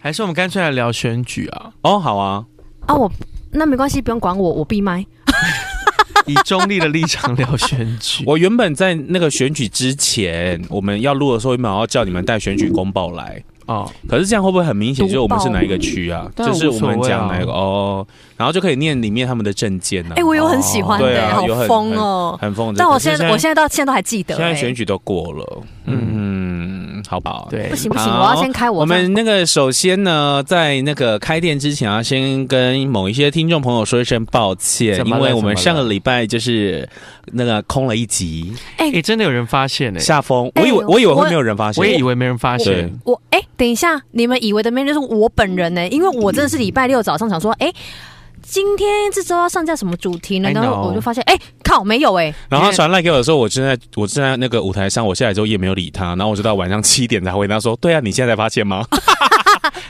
还是我们干脆来聊选举 啊？哦，好啊，啊，我那没关系，不用管我，我闭哦麦。以中立的立场聊选 举。我原本在那个选举之前，我们要录的时候，原本要叫你们带选举公报来，哦，可是这样会不会很明显，读就是我们是报哪一个区啊？当就然是无我所们谓讲啊哪个哦，然后就可以念里面他们的证件呢、哎、我有很喜欢的、对啊好有很疯哦、很疯的。但我可是现在，我现在到现在都还记得、现在哎选举都过了，嗯，好吧，。对，不行不行，好我要先开我我们那个首先呢，在那个开店之前啊，先跟某一些听众朋友说一声抱歉，怎么因了为我们怎上么了个礼拜就是那个空了一集哎、真的有人发现呢、下风，哎我以为呦我以为会我没有人发现，我也以为没人发现。我哎、等一下，你们以为的 man 就是我本人呢、因为我真的是礼拜六早上想说，哎、今天这周要上架什么主题呢？ I know 然后我就发现，哎、靠，没有哎、然后他传赖给我的时候，我正在我正在那个舞台上，我下来之后也没有理他，然后我就到晚上七点才回他说，对啊，你现在才发 现吗？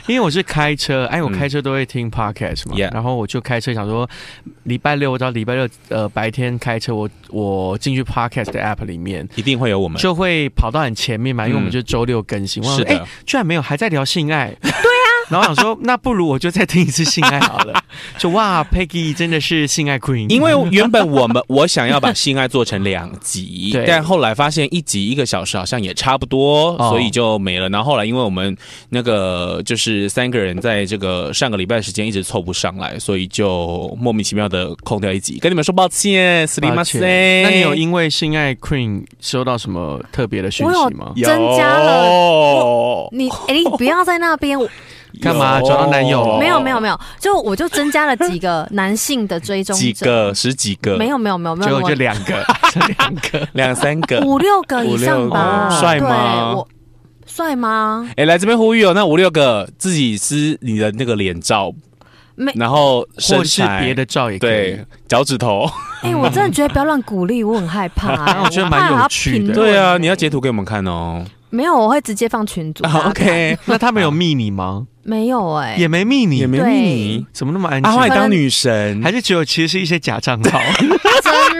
因为我是开车，哎，我嗯开车都会听 podcast 嘛， Yeah 然后我就开车想说，礼拜六我到礼拜六呃白天开车，我我进去 podcast 的 app 里面。一定会有我们，就会跑到很前面嘛，因为我们嗯就周六更新。我想是说的哎，居然没有，还在聊性 爱。对啊，然后想说，那不如我就再听一次性爱好了。 就哇，Peggy 真的是性爱 queen，因为原本我们我想要把性爱做成两集 对，但后来发现一集一个小时好像也差不多，哦所以就没了。然后后来因为我们那个就是三个人在这个上个礼拜的时间一直凑不上来，所以就莫名其妙的空掉一集，跟你们说抱歉，死里马抱塞歉。欸那你有因为性爱 queen 收到什么特别的讯我有息吗？有增加了有你哎、你不要在那 边，我哦干嘛找到男友没有没有没有，就我就增加了几个男性的追踪者，几个十几个，没有没有没有没结有果没就有，两 个，这两个。两三个。五六个以上吧五，六个哦帅吗对我帅吗？嗯哎、来这边呼吁哦，那五六个自己撕你的那个脸照，没然后或身是材别的照也可以对。脚趾头。哎、我真的觉得不要乱鼓励，我很害 怕、哎我觉得怕蛮有还要趣的评论对啊，你要截图给我们看哦。没有，我会直接放群组。啊 OK，欸那他们有密你吗？没有 哎、 也没密你，也没对啊你。怎么那么安阿静？花，你当女神，还是只有其实是一些假账号？真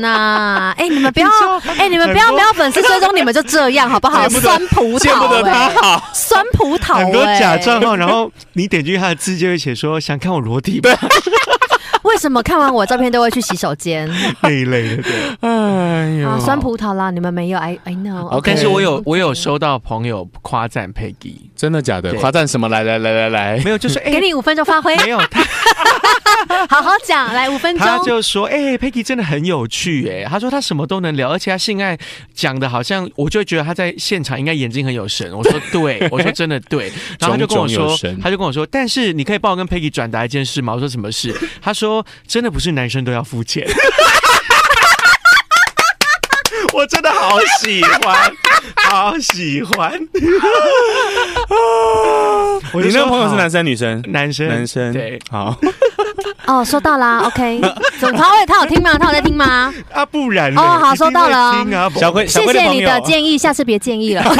呐、哎、你们不要，哎、你们不要很多没有粉丝追踪，你们就这样好 不好？见不得酸葡见不得萄、她哎，好。酸葡萄、哎很多假账号，然后你点进去他的字就会写说想看我裸体吧为什么看完我照片都会去洗 手间？ 那一类的。对哎呦啊，酸葡萄啦，你们没有，I I know。 OK 但是我有我有收到朋友夸赞 Peggy，真的假的？对夸赞什么？来来来来来，没有就是哎给。你五分钟发挥，没有他，好好讲，来五分钟。他就说：“哎、p e g g y 真的很有趣、哎，他说他什么都能聊，而且他性爱讲的好像，我就会觉得他在现场应该眼睛很有神。”我说：“对，我说真的对。”然后他就跟我炯炯有说神：“他就跟我说，但是你可以帮我跟 Peggy 转达一件事吗？”我说：“什么事？”他说：“真的不是男生都要付钱。”我真的好喜欢，好喜欢。我就你那说个朋友是好男生女生？男生，男生对好，哦，收 到啦，OK。总他会，他有听吗？他有在听吗？啊，不然嘞哦好一定收到会了听啊小龟欸小谢龟的谢朋你友的，建议，下次别 建议了。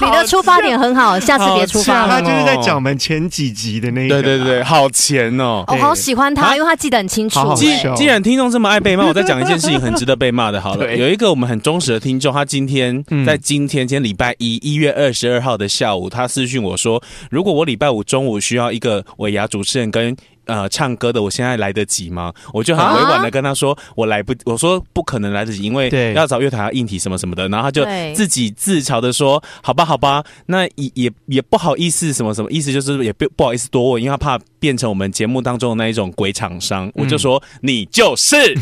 你的出发点很好，下次别出发好呛了。他啊就是在讲我们前几集的那一个，对对对，好钱哦。我、对好喜欢他，啊因为他记得很清楚。好好既笑既然听众这么爱被骂，我再讲一件事情很值得被骂的。好了，对有一个我们很忠实的听众，他今天嗯在今天今天礼拜一一月二十二号的下午，他私讯我说，如果我礼拜五中午需要一个尾牙主持人跟。呃，唱歌的我现在来得及吗？我就很啊委婉的跟他说，我来不，我说不可能来得及，因为对要找乐团要硬体什么什么的。然后他就对自己自嘲的说，好吧，好吧，那也也也不好意思，什么什么意思，就是也不不好意思多问，因为他怕变成我们节目当中的那一种鬼厂嗯商。我就说你就是，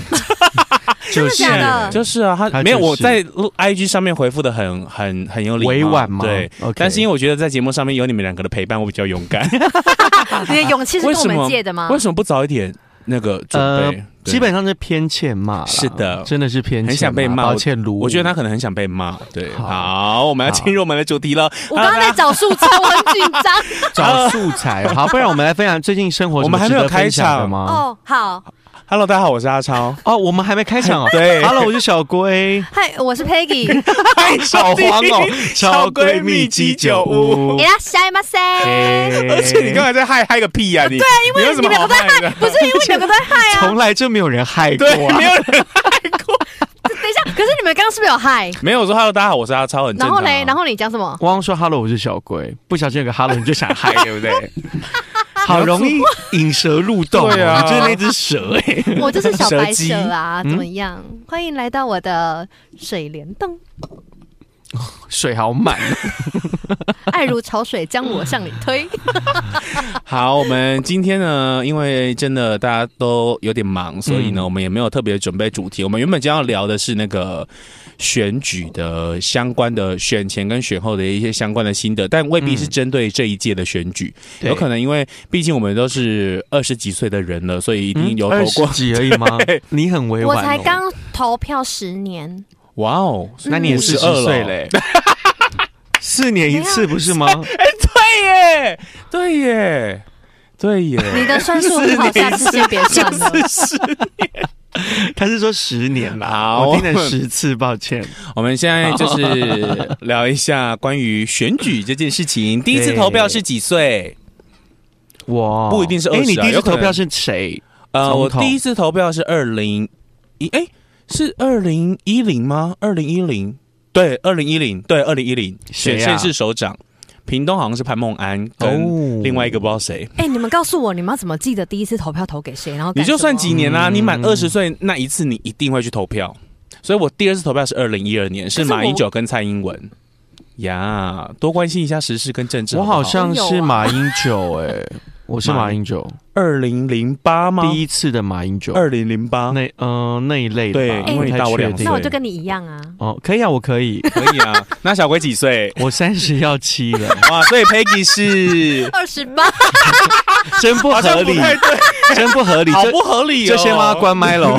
就真的假的就是啊，他他没有就是我在录 IG 上面回复的很很很有礼貌委婉嘛，对。 OK，但是因为我觉得在节目上面有你们两个的陪伴，我比较勇 敢。你的勇气是跟我们借的啊吗为？什么不早一点那个准备？对呃基本上是偏欠骂啦，是的真的是偏欠很想被骂抱歉卢，我觉得他可能很想被骂。对，好好，我们要进入我们的主题了。我刚刚啊在找素材，我很紧 张。找素材， 好，不然我们来分享最近生活我们什么值还没得有开分享的场吗？哦，好，。Hello，大家好，我是阿超。，哦，我们还没开场哦 对，Hello，我是小龟嗨，我是 Peggy。 好慌哦，小闺蜜鸡酒屋哎呀，下一马哎塞。 而且你刚才在嗨嗨个屁呀、你！对，因为有什你么们好不在嗨的 嗨，？不是因为你们都在嗨 啊从！来就没有人害过对，啊，没有人。等一下，可可是你们刚刚是不是有嗨？ 没有我说 hello，大家好，我是阿超，很正然常、后啊。嘞，然后你讲什么？汪汪说 “hello”，我是小龟，不小心有个 “hello”，你就想嗨， 对不对？好容易引蛇入洞、哦，对啊你就是那只蛇哎、我就是 小白蛇啊，蛇嗯姬怎么样？欢迎来到我的水帘洞，水好满， 爱如潮水将我向里推。好，我们今天呢，因为真的大家都有点忙，所以呢，我们也没有特别准备主题。我们原本将要聊的是那个选举的相关的选前跟选后的一些相关的心得，但未必是针对这一届的选举，对有可能因为毕竟我们都是二十几岁的人了，所以一定有嗯投二十过。几而已 吗？你很委嗯我婉、哦，才，刚投票十年，哇哦，那你也四十52岁了嘞、四年一次不是吗？ 对耶，对耶，对耶， 你的算术很好，下次先别算了。 他是说十年啦，好我听了十次，抱歉。 我们现在就是聊一下关于选举这件事情。第一次对投票是几岁？哇，不一定是20啊哎，你第一次有可投能票是谁？呃，我总统第一次投票是二零一，哎，是二零一零吗？二零一零，对，二零一零，对，二零一零，谁选啊县市首长，屏东好像是潘梦安跟哦另外一个不知道谁。哎、你们告诉我，你们要怎么记得第一次投票投给谁？然后干你就算什几么年啦、嗯你满二十岁那一次，你一定会去投票。所以我第二次投票是二零一二年，是可是我马英九跟蔡英文。呀，多关心一下时事跟政治我好好不好像我是有啊马英九哎、我是马英九，二零零八吗？第一次的马英九，二零零八，那嗯、呃、那一类的对吧，因为不你太大我确两定岁那我就跟你一样啊。哦，可以啊，我可以，可以 啊。那小鬼几岁？我三十要七了， 哇，所以 Peggy 是二十八，哦真 不好像合不理，太对，真不合理，好这不合理这哦。先帮他关麦 喽。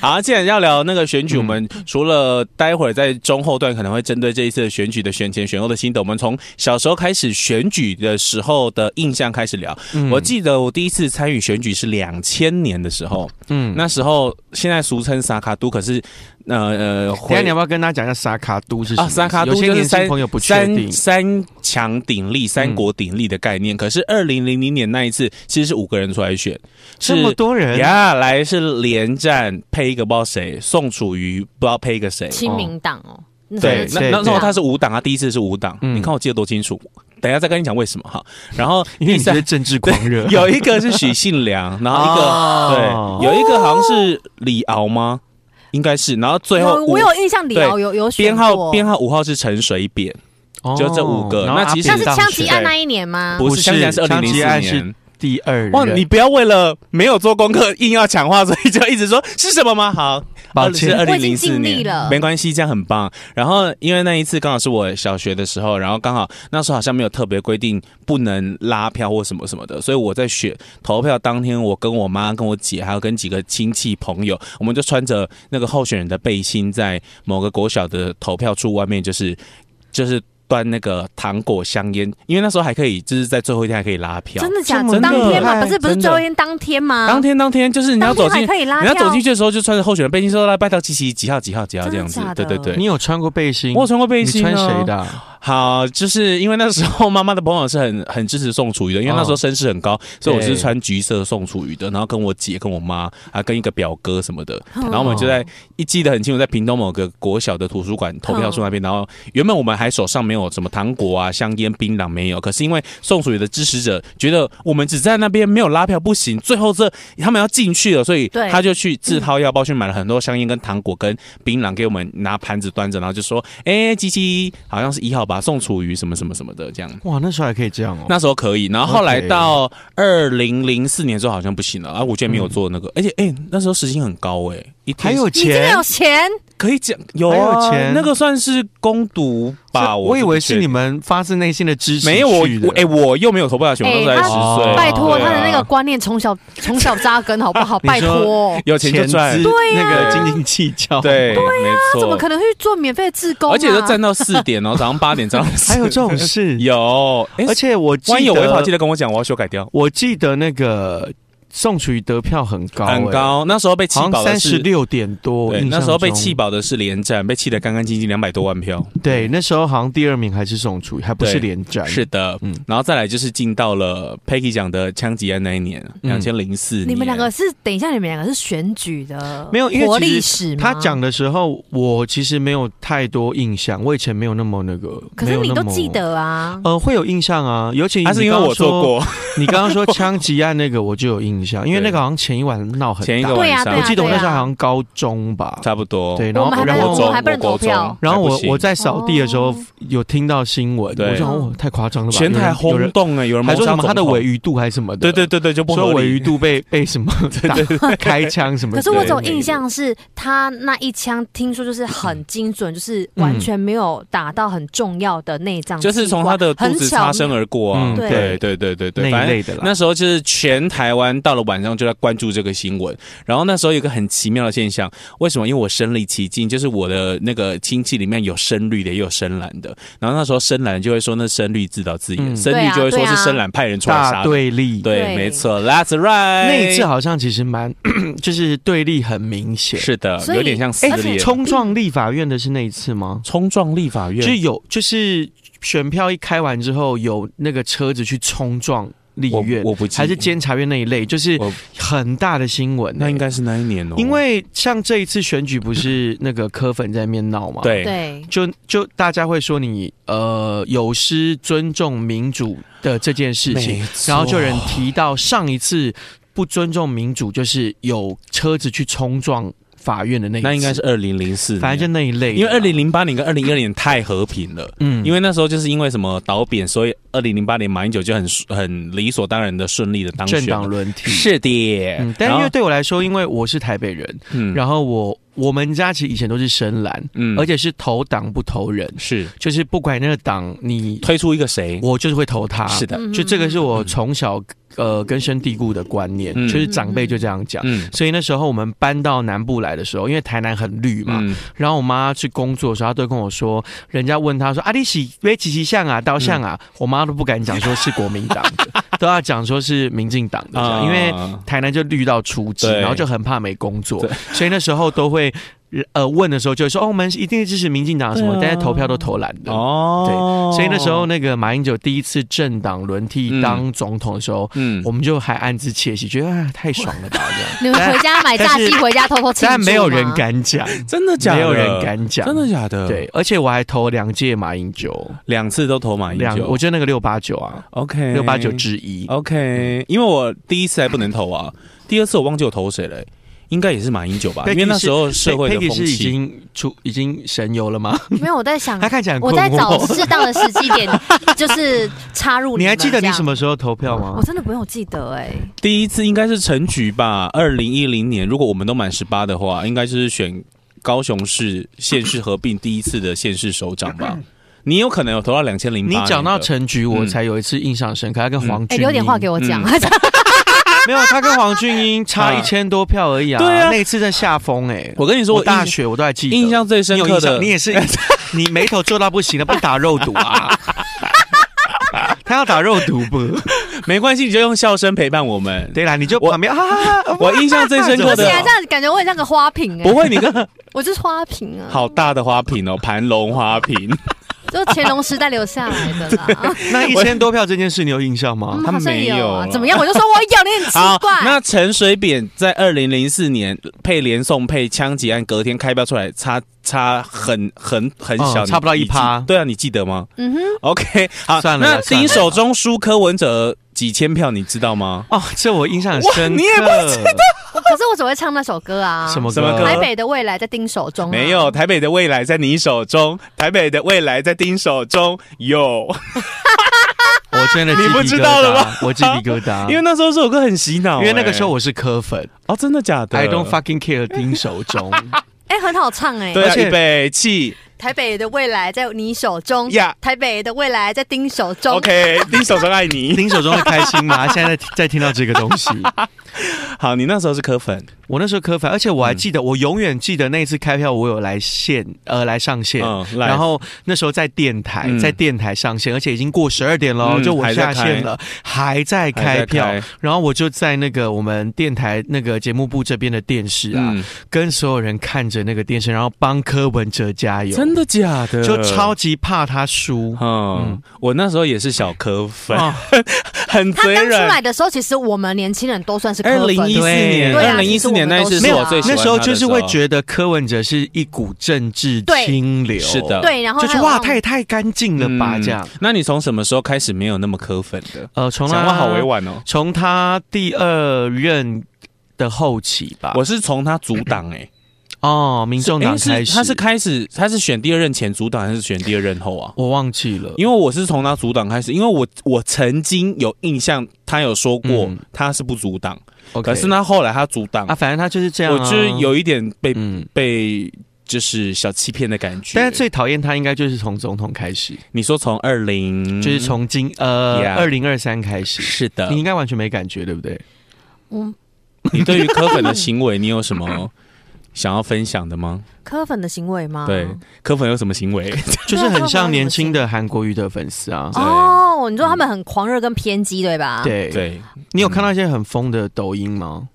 好，既然要聊那个选举，我们嗯除了待会儿在中后段可能会针对这一次的选举的选前、选后的心得，我们从小时候开始选举的时候的印象开始聊。嗯我记得我第一次参与选举是两千年的时候，嗯，那时候现在俗称萨卡都，可是呃呃，等一下回你要不要跟大家讲一下萨卡都是什么啊，意思？萨卡都有些就是年轻三朋友不确定嗯三。三强鼎立、三国鼎立的概念。可是二零零零年那一次，其实是五个人出来选，这么是多人，呀，来是连战配一个不知道谁，宋楚瑜不知道配一个谁。亲民党哦。那时候对，是那对那时候对他是五档，他第一次是五档，嗯你看我记得多清楚。等一下再跟你讲为什么哈。然后 因为你第觉三得政治狂热，啊有一个是许 信良，然后一个、哦对，有一个好像是李敖吗？应该是。然后最后有五我有印象，李对敖有有选编号过编号五号是陈水扁，哦就这五个然后那其实那阿是扁枪当击选案那一年吗？不不是是香港是二零枪零击四案年是。第二人哇，你不要为了没有做功课硬要强化，所以就一直说是什么吗？好，抱二歉，零我已经零四尽力年了没关系，这样很棒。然后因为那一次刚好是我小学的时候，然后刚好那时候好像没有特别规定不能拉票或什么什么的，所以我在选投票当天，我跟我妈、跟我姐，还有跟几个亲戚朋友，我们就穿着那个候选人的背心，在某个国小的投票处外面，就是就是。端那个糖果香烟，因为那时候还可以，就是在最后一天还可以拉票。真的假这么的？当天厉吗？害不是不是真的最后一天当天吗？当天当天就是你要走嗯当天进还，可以拉你要票，走进去的时候就穿着候选人背心说来拜托七七几号几号几号真这的样子假，的对对对。你有穿过背心？我有穿过背心、啊，你穿谁的啊？好，就是因为那时候妈妈的朋友是很很支持宋楚哦瑜的，因为那时候声势很高，所以我是穿橘色宋楚瑜的，然后跟我姐、跟我妈啊，跟一个表哥什么的，哦然后我们就在一记得很清楚，在屏东某个国小的图书馆投票处那哦边，然后原本我们还手上没有什么糖果啊、香烟、槟榔没有，可是因为宋楚瑜的支持者觉得我们只在那边没有拉票不行，最后这他们要进去了，所以对他就去自掏腰包去买了很多香烟跟糖果跟槟榔给我们拿盘子端着，然后就说：“哎、鸡鸡好像是一号吧，宋楚瑜什么什么什么的这样。”哇，那时候还可以这样哦。那时候可以，然后后来嗯 OK 到二零零四年之后好像不行了啊，我居然没有做那个，而且哎、那时候时薪很高哎、一还天有你真的钱有？钱？可以讲有还有啊，钱那个算是攻读吧，这我我以不为确是你们发自内心的支持去的。没有我我哎、我又没有投不了选，我那时候才哎十他岁，拜托，对啊他的那个观念从小从小扎根，好不 好？你说拜托，有钱就赚资，对啊呀那个斤斤计较。，对，没他错，怎么可能去做免费的志工啊？而且就站到四点 哦，早上八点站到四，还有这种事。 有，哎而且我记万一有违法，记得，得跟我讲，我要修改掉。我记得那个宋楚瑜得票很高、欸哎很，高。那时候被气好像饱三的十是，六点多。我对，印那象时候被中气饱的是连战，被气得干干净净两百多万票。对，那时候好像第二名还是宋楚瑜，还不是对连战。是的，嗯然后再来就是进到了 Peggy 讲的枪击案那一年，嗯两千零四年。你们两个是等一下，你们两个是选举的，没有因为活其实历史吗他讲，的时候，我其实没有太多印象，我以前没有那么那个，可没是有你那都么记。得啊。呃，会有印象啊，尤其还是因你为刚刚我做说，过， 你刚刚说枪击案那个，我就有印象，因为对那个好像前一晚闹很大，前一个对晚啊上，对我啊记得我那时候好像高中吧，差不多。对，然后我们还然没有我我中后还不能我国投票中然后还我不行我在扫地的时候哦有听到新闻，对我想哦太夸张了吧，全有台人有轰人动哎，有人还说谋什杀么他的总统尾鱼肚还是什么的，对对对对，就不说合尾理鱼肚 被被什么打开枪什么可的，是我只有对印象是他那一枪，听说就是很精准，就是完全没有打到很重要的内脏器就官，是从他的肚很子巧擦身而过啊嗯。对对对对对那对，一反正类的啦。那时候就是全台湾到了晚上就在关注这个新闻，然后那时候有一个很奇妙的现象，为什么？因为我身临其境，就是我的那个亲戚里面有深绿的，也有深蓝的，然后那时候深蓝就会说那深绿自导自演，嗯深对绿啊就会说对啊是深蓝派人出来大杀的，对立，对，对没错，That's right，那一次好像其实蛮， 就是对立很明显。是的，所以有点像撕而且裂，冲撞立法院的是那一次吗？冲撞立法就院。有就是选票一开完之后，有那个车子去冲撞立我院，我不记还是监察院那一类，就是我很大的新闻欸、那应该是那一年哦，因为像这一次选举不是那个柯粉在面闹嘛，，对对，就就大家会说你呃有失尊重民主的这件事情，没错然后就有人提到上一次不尊重民主就是有车子去冲撞法院的那一次，那应该是二零零四，哎反正就那一类的啦，因为二零零八年跟二零一二年太和平了。嗯因为为那时候就是因为什么倒扁，所以二零零八年马英九就很很理所当然的顺利的当选政。党轮替。是的，嗯，但然因后为对我来说，因为我是台北人，嗯然后我我们家其实以前都是深蓝，嗯而且且是投党不投人，是就是不管那个党你，推出一个谁，我就是会投他。是的，就这个是嗯我从小呃根深蒂固的观念，嗯就是长辈就这样讲。嗯所以那时候我们搬到南部来的时候，因为台南很绿嘛，嗯，然后我妈去工作的时候，她都跟我说，人家问她说啊，你喜为几几像啊，刀像啊，嗯我妈都不敢讲说是国民党 的，都要讲说是民进党的这样，因为啊台南就绿到出汁，对然后就很怕没工作对，所以那时候都会呃问的时候就会说哦，我们一定支持民进党什么，对啊但是投票都投蓝的。哦，所以那时候那个马英九第一次政党轮替当总统的时候，嗯我们就还暗自窃喜，觉得啊太爽了吧这样。嗯你们回家买炸但鸡是回家偷偷庆祝但没有人吗，敢讲，真的假的，没有人敢讲，真的假的，对，，而且我还投两届马英九，两次都投马英两九，我就那个六八九啊， OK 六八九之一。 OK，因为我第一次还不能投啊，第二次我忘记我投谁了、应该也是马英九吧， Peggy 因为那时候社会的 Peggy 风是已气。经出已经神游了吗？没有我在 想他，看起来很我困在找惑。适当的时机 点，就是插入你还们记得这你样什？么时候投票吗我？真的不用记得哎，第一次应该是陈局吧，二零一零年，如果我们都满十八的话，应该就是选高雄市县市合并第一次的县市首长 吧。你有可能有投到两千零你八。讲到陈菊，我嗯才有一次印象深刻，他跟黄哎，俊留点话英给我讲，嗯 没有，他跟黄俊英 差一啊千多票而已啊。对啊那一次在下风哎、我跟你说，我我大大学我都还记得。印象最深你有刻印象的，你也 是，你眉头皱到不行了，不打肉毒啊？他要打肉毒不？没关系，你就用笑声陪伴我们。对啦，你就我旁边啊， 我印象最深我刻我的现的，在这样感觉我很像个花瓶不哎，会，你跟我就是花瓶啊，好大的花瓶哦，盘龙花瓶。就乾隆时代留下来的 啦。那一千多票这件事你有印象吗？嗯，他好像没有有啊啊怎么样？我就说我有，你很奇好怪，。那陈水扁在二零零四年配连宋配枪击案，隔天开票出来，差差很很很小，嗯差不到你一趴你记对啊，你记得吗嗯哼， ？OK，好，算了啦那丁守中输柯文哲几千票，你知道吗？哦，这我印象很深刻。哇你也不记得我可是我只会唱那首歌啊。什么什么歌台北的未来在丁手中、啊。没有，台北的未来在你手中，台北的未来在丁手中。有，我真的你不鸡皮知道疙了瘩吗我鸡皮疙瘩，因为那时候这首歌很洗脑、啊因为那个时候哎我是科粉哦，真的假的，I don't fucking care 丁守 中。哎、很好唱哎、对而啊，且一北气台北的未来在你手中呀台北的未来在丁手中。 ，OK，丁守中爱你。 丁守中会开心吗？他现在在听到这个东西，好，你那时候是科粉，我那时候科粉，而且嗯我还记得，我永远记得那一次开票，我有来线呃来上线，嗯，来然后那时候在电台，嗯在电台上线，而且已经过十二点了，嗯就我还下在线了，还在还开在票。开然后我就在那个我们电台那个节目部这边的电视啊，嗯，跟所有人看着那个电视，然后帮柯文哲加油，真的假的？就超。级怕他输。嗯，哦我那时候也是小科粉，啊很他嘴刚出软。来的时候，其实我们年轻人都算是科二粉哎零一四年，对二啊零一四年那一次是啊我最喜那欢时候他的就是会觉得柯文哲是一股政治对清流，是的对，然后就是还有哇，那种他也太干净了吧，嗯这样。那你从什么时候开始没有那么科粉的？呃，从讲话他好委婉哦。从他第二任的后期吧，我是从他阻挡哎，哦， 民众党开诶是始，他是开始，他是选第二任前阻挡还是选第二任后啊？我忘记了，因为我是从他阻挡开始，因为我我曾经有印象，他有说过嗯他是不阻挡， OK 可是呢后来他阻挡，啊，反正他就是这样、我啊，就是有一点被嗯。被就是小欺骗的感觉。但是最讨厌他应该就是从总统开始，你说从二零就是从今呃嗯 Yeah 二零二三开始，是的你，应该完全没感觉，对不对？嗯你对于科粉的行为，你有什么想要分享的吗？科粉的行为吗？对，科粉有什么行为？就是很像年轻的韩国瑜的粉丝啊。哦，你说他们很狂热跟偏激，对吧？，对， 啊对，嗯你有看到一些很疯的抖音吗？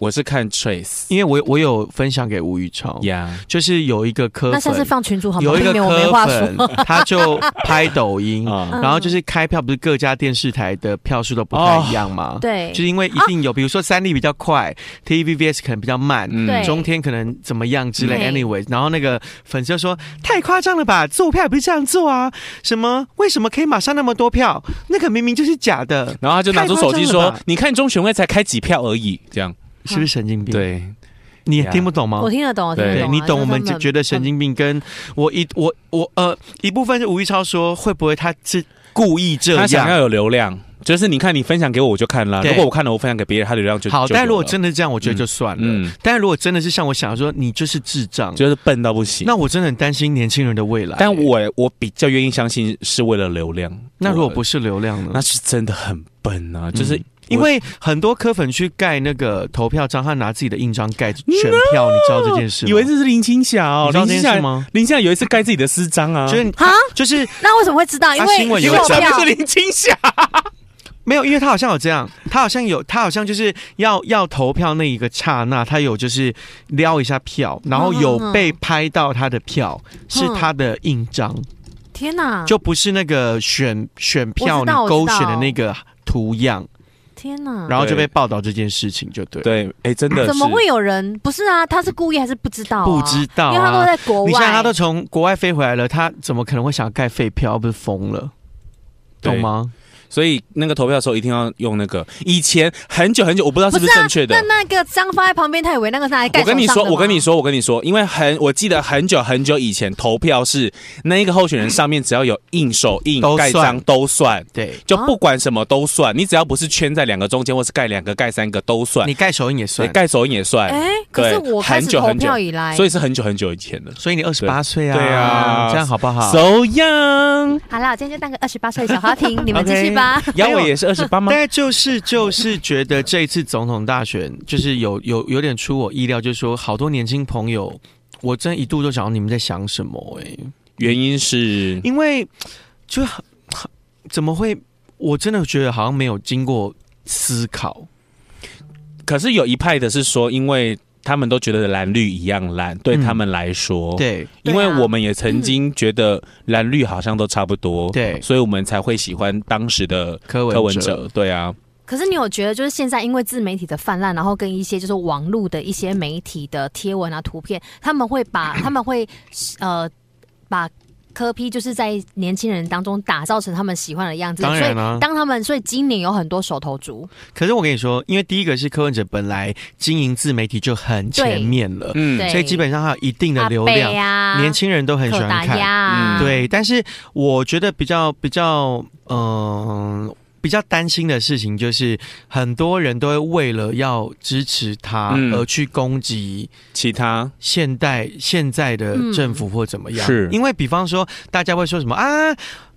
我是看 Trace 因为我我有分享给吴宇超，呀，就是有一个科那下次粉，放群主好吗？有一个避免我没科话粉说。， 他就拍抖音， 啊，嗯然后就是开票，不是各家电视台的票数都不哦太一样吗？，对啊就，是因为一定有，比如说三立比较快，TVBS 可能比较慢。嗯对中天可能怎么样之类嗯，anyway，然后那个粉丝就说太夸张了吧，做票也不是这样做啊，什么为什么可以马上那么多票？那个明明就是假的，啊然后他就拿出手太夸机张说了吧：“你看中选会才开几票而已。”这样，是不是神经病？，对，你也呀听不懂吗我？听得懂，我听得对懂啊，你懂我们就觉得神经病，跟我一我我呃一部分是吴玉超说会不会他是故意这他想要样？有流量，就是你看你分享给我，我就看了。对如果我看了，我分享给别人，他流量就好，就但有如果了真的这样，我觉得就算了。嗯，但如果真的是像我想说，你就是智障，就是笨到不行。嗯那我真的很担心年轻人的未来。但我我比较愿意相信是为了流量。那如果不我，是流量那呢？是真的很笨啊！就是嗯因为很多科粉去盖那个投票章，他拿自己的印章盖选票，你知道这件事吗？以为这是林青霞，哦你知道林这青件事霞，吗？林青霞有一次盖自己的私章啊，就是啊，就是那为什么会知道？因啊新闻为有售讲票不是林青霞？ 没有，因为他好像有这样，他好像有，他好像就是要要投票那一个刹那，他有就是撩一下票，然后有被拍到他的票嗯是他的印章，天哪，就不是那个选选票我知你道勾我知道选的那个图样，天哪，然后就被对报道这件事情，就对。对，哎，真的怎么是会有人？不是啊，他是故意还是不知道啊？不知道啊因为他都在国你外，现在他都从国外飞回来了，他怎么可能会想盖废票？不是疯了，对懂吗？所以那个投票的时候一定要用那个。以前很久很久，我不知道是不是正确的那。那个章放在旁边，他以为啊那个是拿来盖我跟你手上说，的吗我跟你，说，我跟你说，因为很，我记得很久很久以前投票是那一个候选人上面只要有印手印都盖算章都算，对，啊就不管什么都算，你只要不是圈在两个中间，或是盖两个、盖三个都算你，盖手印也对，算，盖手印也算。哎，可是对我开始很久投很久票以来，所以是很久很久以前的。所以你二十八岁啊，对啊这样好不好？ So young，好啦，我今天就当个二十八岁的小花瓶，你们继续吧。姚伟也是二十八吗？但就是就是觉得这一次总统大选，就是有有有点出我意料，就是说好多年轻朋友，我真一度都想到你们在想什么哎、原因是因为就怎么会，我真的觉得好像没有经过思考，可是有一派的是说，因为他们都觉得蓝绿一样烂，对嗯他们来说，，对因对为啊我们也曾经觉得蓝绿好像都差不多，嗯对所以我们才会喜欢当时的柯文柯文哲，对啊，可是你有觉得，就是现在因为自媒体的泛滥，然后跟一些就是网络的一些媒体的贴文啊、图片，他们会把 他们会呃把科批就是在年轻人当中打造成他们喜欢的样子，当然啊所以当他们所以今年有很多手头族，可是我跟你说，因为第一个是柯文哲本来经营自媒体就很前面了，嗯对所以基本上他有一定的流阿量，贝啊，年轻人都很喜可欢达看。鸭啊，嗯对，但是我觉得比较比较，嗯、比较担心的事情就是，很多人都会为了要支持他嗯而去攻击其他现代现在的政府或怎么样。是因为比方说，大家会说什么啊，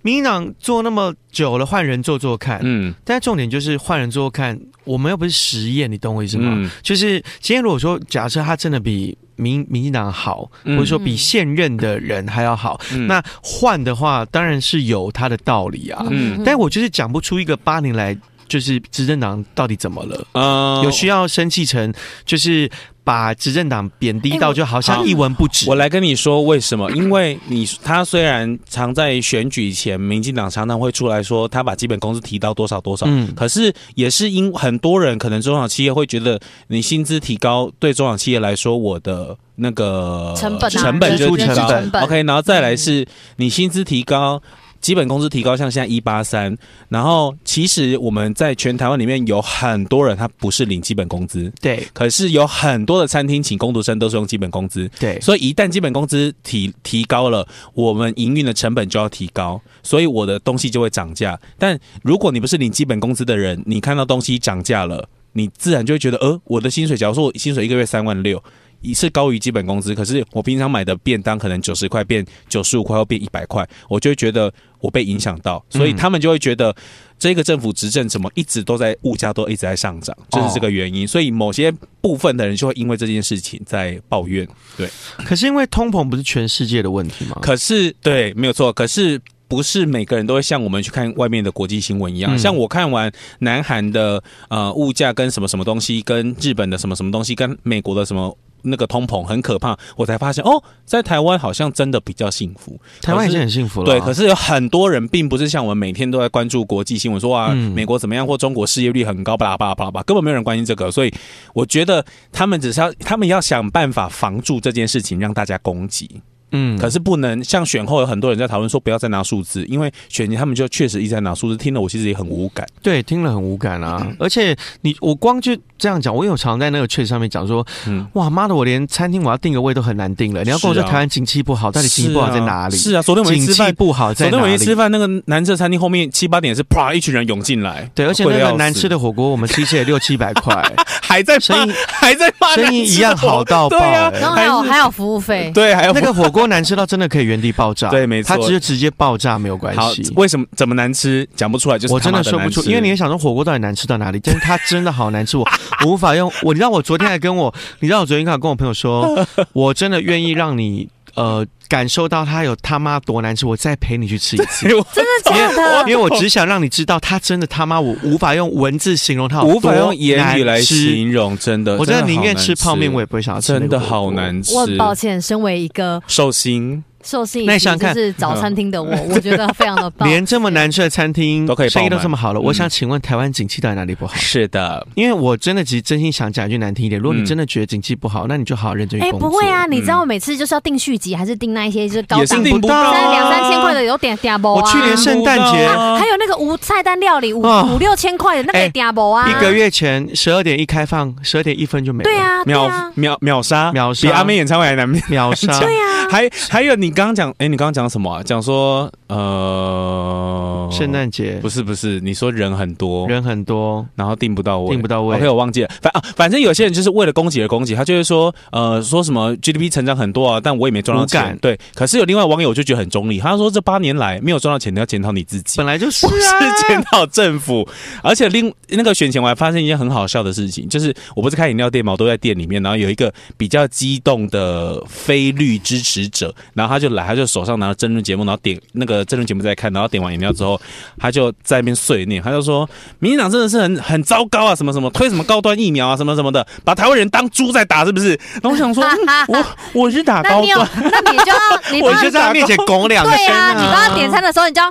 民进党做那么久了，换人做做看。嗯但重点就是换人做做看，我们又不是实验，你懂我意思吗？嗯就是今天如果说假设他真的比民民进党好，嗯或者说比现任的人还要好，嗯那换的话当然是有他的道理啊。嗯但我就是讲不出一个八年来就是执政党到底怎么了，呃有需要生气成就是把执政党贬低哎到我就好像好一文不值。我来跟你说为什么？因为你他虽然常在选举前，民进党常常会出来说他把基本工资提到多少多少，嗯可是也是因很多人可能中小企业会觉得你薪资提高对中小企业来说，我的那个成本啊成本就支提出高成本 OK，然后再来是你薪资提高。基本工资提高，像现在一八三，然后其实我们在全台湾里面有很多人他不是领基本工资，对可是有很多的餐厅请工读生都是用基本工资，对，所以一旦基本工资提提高了，我们营运的成本就要提高，所以我的东西就会涨价。但如果你不是领基本工资的人，你看到东西涨价了，你自然就会觉得，呃，我的薪水，假如说我薪水一个月三万六。是高于基本工资，可是我平常买的便当可能九十块变九十五块，或变一百块，我就会觉得我被影响到，所以他们就会觉得这个政府执政怎么一直都在物价都一直在上涨，就是这个原因。所以某些部分的人就会因为这件事情在抱怨。可是因为通膨不是全世界的问题吗？可是对，没有错。可是不是每个人都会像我们去看外面的国际新闻一样，嗯像我看完南韩的呃物价跟什么什么东西，跟日本的什么什么东西，跟美国的什么。那个通膨很可怕，我才发现哦，在台湾好像真的比较幸福。台湾已可是经很幸福了啊、对，可是有很多人并不是像我们每天都在关注国际新闻，说啊、嗯美国怎么样或中国失业率很高，巴拉巴拉巴拉巴拉，根本没有人关心这个。所以我觉得他们只是要，他们要想办法防住这件事情，让大家攻击。嗯可是不能像选后有很多人在讨论说不要再拿数字，因为选前他们就确实一直在拿数字，听了我其实也很无感。对，听了很无感啊。嗯而且你我光就这样讲，我有常在那个群上面讲说，嗯哇妈的，我连餐厅我要订个位都很难订了。你要跟我是说啊台湾景气不好，到底景气不好在哪里？是啊，昨天我们景去吃气饭，不好在昨天我哪们里去？吃饭，那个男厕餐厅后面七八点是啪一群人涌进来，对，而且那贵得要个死难吃的火锅，我们吃起来六七 百块，还在生意骂，还在骂生男厕意一样好到爆、对啊哎然后还有还是还有服务 费，对，还有那个火锅难吃到真的可以原地爆炸，对没错它直接直接爆炸没有关好系。为什么怎么难吃讲不出来，就是我真他妈的的说不出，难吃因为你也想说火锅到底难吃到哪里，但是它真的好难吃，我我无法用。我你知道我昨天还跟我，你知道我昨天还跟我朋友说，我真的愿意让你呃感受到它有他妈多难吃，我再陪你去吃一 次。我真的因为假因的？为我哦只想让你知道，它真的他妈我无法用文字形容它，无法用言语来吃。形容，真的，我真的宁愿好难吃泡面，我也不会想要吃那个真的火锅好。难吃，我很抱歉，身为一个寿星受信那以你及想想就看是早餐厅的 我，我觉得非常的棒。连这么难吃的餐厅都可以爆生意都满这么好了，我嗯想请问台湾景气到底哪里不好？是的，因为我真的其实真心想讲一句难听一点，如果你嗯真的觉得景气不好，那你就好好认真去哎，工不作。会啊，你知道嗯我每次就是要订续集，还是订那一些就是高也是档订不到啊三两三千块的有点嗲包啊。我去年圣诞节啊还有那个无菜单料理五啊五六千块的那个哎嗲包啊，一个月前十二点一开放，十二点一分就没了，对啊，对秒啊，秒秒杀，秒杀比阿妹演唱会还难 秒秒杀。对啊，还还有你刚刚讲，哎、你刚刚讲什么、啊？讲说呃，圣诞节不是不是，你说人很多，人很多，然后订不到位，订不到位 OK，我忘记了，反啊，反正有些人就是为了攻击而攻击，他就会说，呃，说什么 GDP 成长很多啊，但我也没赚到无钱感。对，可是有另外网友就觉得很中立，他说这八年来没有赚到钱，你要检讨你自己本。来就是不啊。是检讨政府，而且另那个选前我还发现一件很好笑的事情，就是我不是开饮料店嘛，我都在店里面，然后有一个比较激动的非绿支持者，然后他就来，他就手上拿着政论节目，然后点那个政论节目在看，然后点完饮料之后，他就在那边碎念，他就说民进党真的是很很糟糕啊，什么什么推什么高端疫苗啊，什么什么的，把台湾人当猪在打，是不是？然后我想说，嗯我我是打 那高你有端，，那你就要，你就我要就在他面前拱两对声啊，你帮他点餐的时候，你就要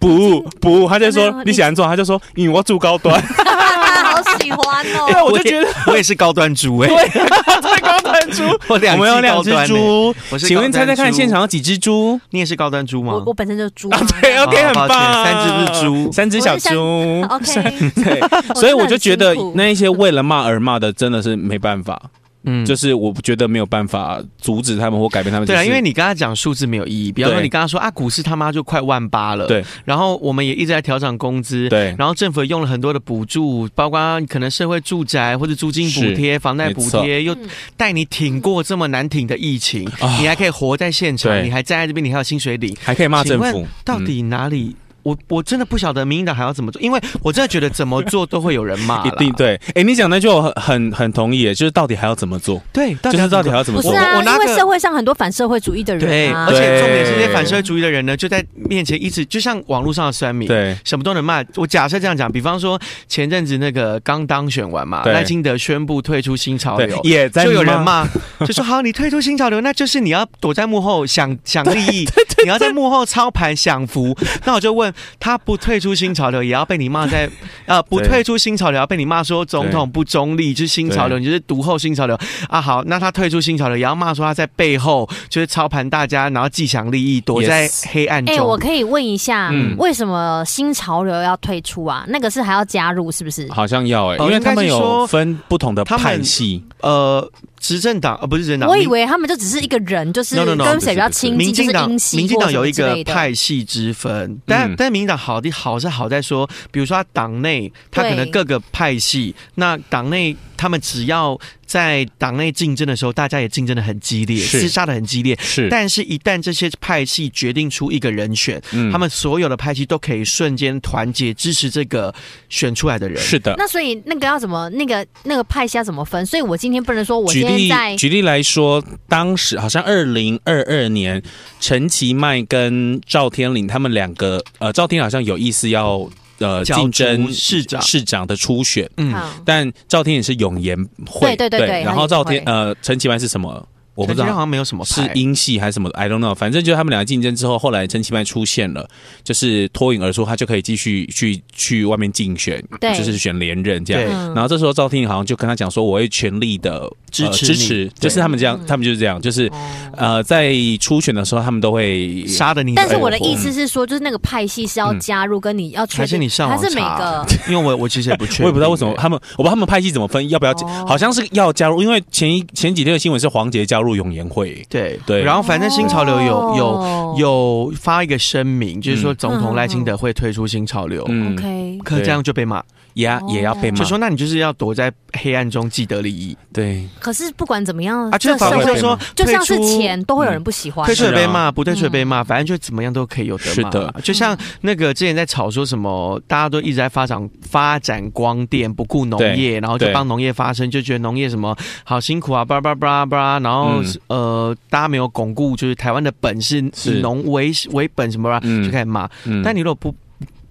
不不，他就说没有你喜欢做，他就说你我要住高 端，好喜欢 对啊，哦。我就觉得。我也是高端猪哎，太高端猪，我两我们有两只高端欸，猪我，是请问高端猜猜猪看哦现场有几只猪？你也是高端猪我吗我？本身就是猪嘛啊，对哦，OK，很抱歉棒，三只是猪三只小猪。 OK， 对，所以我就觉得我真的很辛苦那一些为了骂而骂的，真的是没办法。嗯，就是我觉得没有办法阻止他们或改变他们。对啊，就是因为你跟他讲数字没有意义，比方说对你跟他说啊，股市他妈就快万八了，对，然后我们也一直在调整工资，对然后政府也用了很多的补助，包括可能社会住宅或者租金补贴、房贷补贴，又嗯带你挺过这么难挺的疫情，啊你还可以活在现场，对嗯你还站在这边，你还有薪水领，还可以骂政请府嗯问，到底哪里？我我真的不晓得民进党还要怎么做，因为我真的觉得怎么做都会有人骂啦， 一定对。哎、你讲那句我很很很同意耶，就是到底还要怎么做？对，到底就要是怎到么底还要怎么不是做？我啊，我拿因个为社会上很多反社会主义的对，人啊，而且对重点是这些反社会主义的人呢，就在面前一直就像网络上的酸民，对什么都能骂。我假设这样讲，比方说前阵子那个刚当选完嘛，对赖清德宣布退出新潮对流，。也在啊就有人骂， 就说好，你退出新潮流，那就是你要躲在幕后 想想利益，你要在幕后操盘享福。那我就问他，不退出新潮流也要被你骂在， 呃，不对退出新潮流要被你骂说总统不中立，就是新潮流，你就是独后新潮流啊。好，那他退出新潮流也要骂说他在背后就是操盘大家，然后既想利益，躲在 Yes 黑暗哎、中。我可以问一下、嗯为什么新潮流要退出啊？那个是还要加入是不是？好像要哎、哦因为他们应该是说有分不同的他们派系，呃，执政党呃不是执政党，我以为他们就只是一个人，就是 No, no, no，跟谁比较亲民近，嗯就进是党英，系民进或党什有么一之类个的。派系之分，但嗯但民进党好的好是好在说，比如说他党内他可能对各个派系，那党内他们只要在党内竞争的时候，大家也竞争的很激烈，厮是杀的很激烈。是，但是，一旦这些派系决定出一个人选，嗯他们所有的派系都可以瞬间团结支持这个选出来的人。是的。那所以那个要怎么那个那个派系要怎么分？所以我今天不能说我举今天例在举例来说，当时好像二零二二年，陈其迈跟赵天麟他们两个，呃，赵天麟好像有意思要呃角逐竞争市长市长的初选，嗯，嗯但赵天麟是永延会，对对对对然他后是赵天会呃陈其迈是什么？我不知感觉道好，像没有什么是派英系还是什么的，I don't know。反正就是他们两个竞争之后，后来陈其迈出现了，就是脱颖而出，他就可以继续去去外面竞选，对就是选连任这样。对嗯然后这时候赵天颖好像就跟他讲说，我会全力的呃支持支你持，对就是他们这样，他们就是这样，就是嗯哦呃，在初选的时候，他们都会杀的你。但是我我的意思。思是说，就是那个派系是要嗯加入，跟你要确定，还是你上网还是每查个哦因为我我其实也不确定， 我也不知道为什么他们，我不知道他们派系怎么分，要不要加？哦好像是要加入，因为前一前几天的新闻是黄杰加入永延会，对对然后反正新潮流哦有有有有发一个声明，就是说总统赖清德会退出新潮流，嗯，哦 OK，哦可这样就被骂，也要也要被骂，就说那你就是要躲在黑暗中既得利益对，可是不管怎么样，啊，就这是法社官会就会说就退像是出。嗯钱都会有人不喜欢嗯退是税啊被骂，不退税被骂，反正就怎么样都可以有的是骂。的就像那个之前在吵说什么，大家都一直在发展发展光电，不顾农业，然后就对帮农业发声，就觉得农业什么好辛苦啊，巴拉巴拉巴拉巴拉。然后、嗯呃，大家没有巩固就是台湾的本是是以农为为本什么啦，嗯就开始骂。嗯但你如果不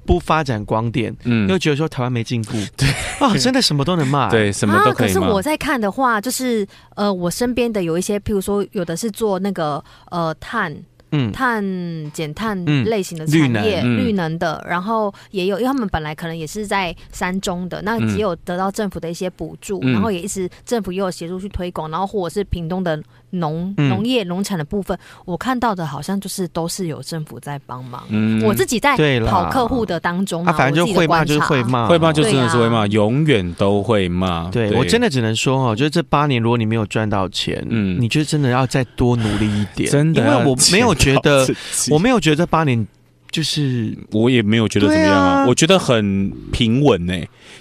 不发展光电，嗯又觉得说台湾没进 步，对啊，真的什么都能骂。，对什么都可以啊是骂。我在看的话，就是呃，我身边的有一些，譬如说，有的是做那个呃碳嗯，碳减碳嗯类型的产绿业、能嗯绿能的，然后也有，因为他们本来可能也是在山中的，那嗯也有得到政府的一些补助，嗯然后也一直政府也有协助去推广，然后或者是屏东的农嗯农业农产的部分，我看到的好像就是都是有政府在帮忙。嗯我自己在对啦跑客户的当中啊，嘛，反正我就自己的会骂观就是察会。骂，会骂就真的是会对骂，啊永远都会骂。对我真的的只能说哦，就是这八年，如果你没有赚到钱，嗯，嗯你就真的要再多努力一点，真的因要为我没有觉得检讨，自己我没有觉得这八年就是我也没有觉得怎么样对啊，啊我觉得很平稳呢、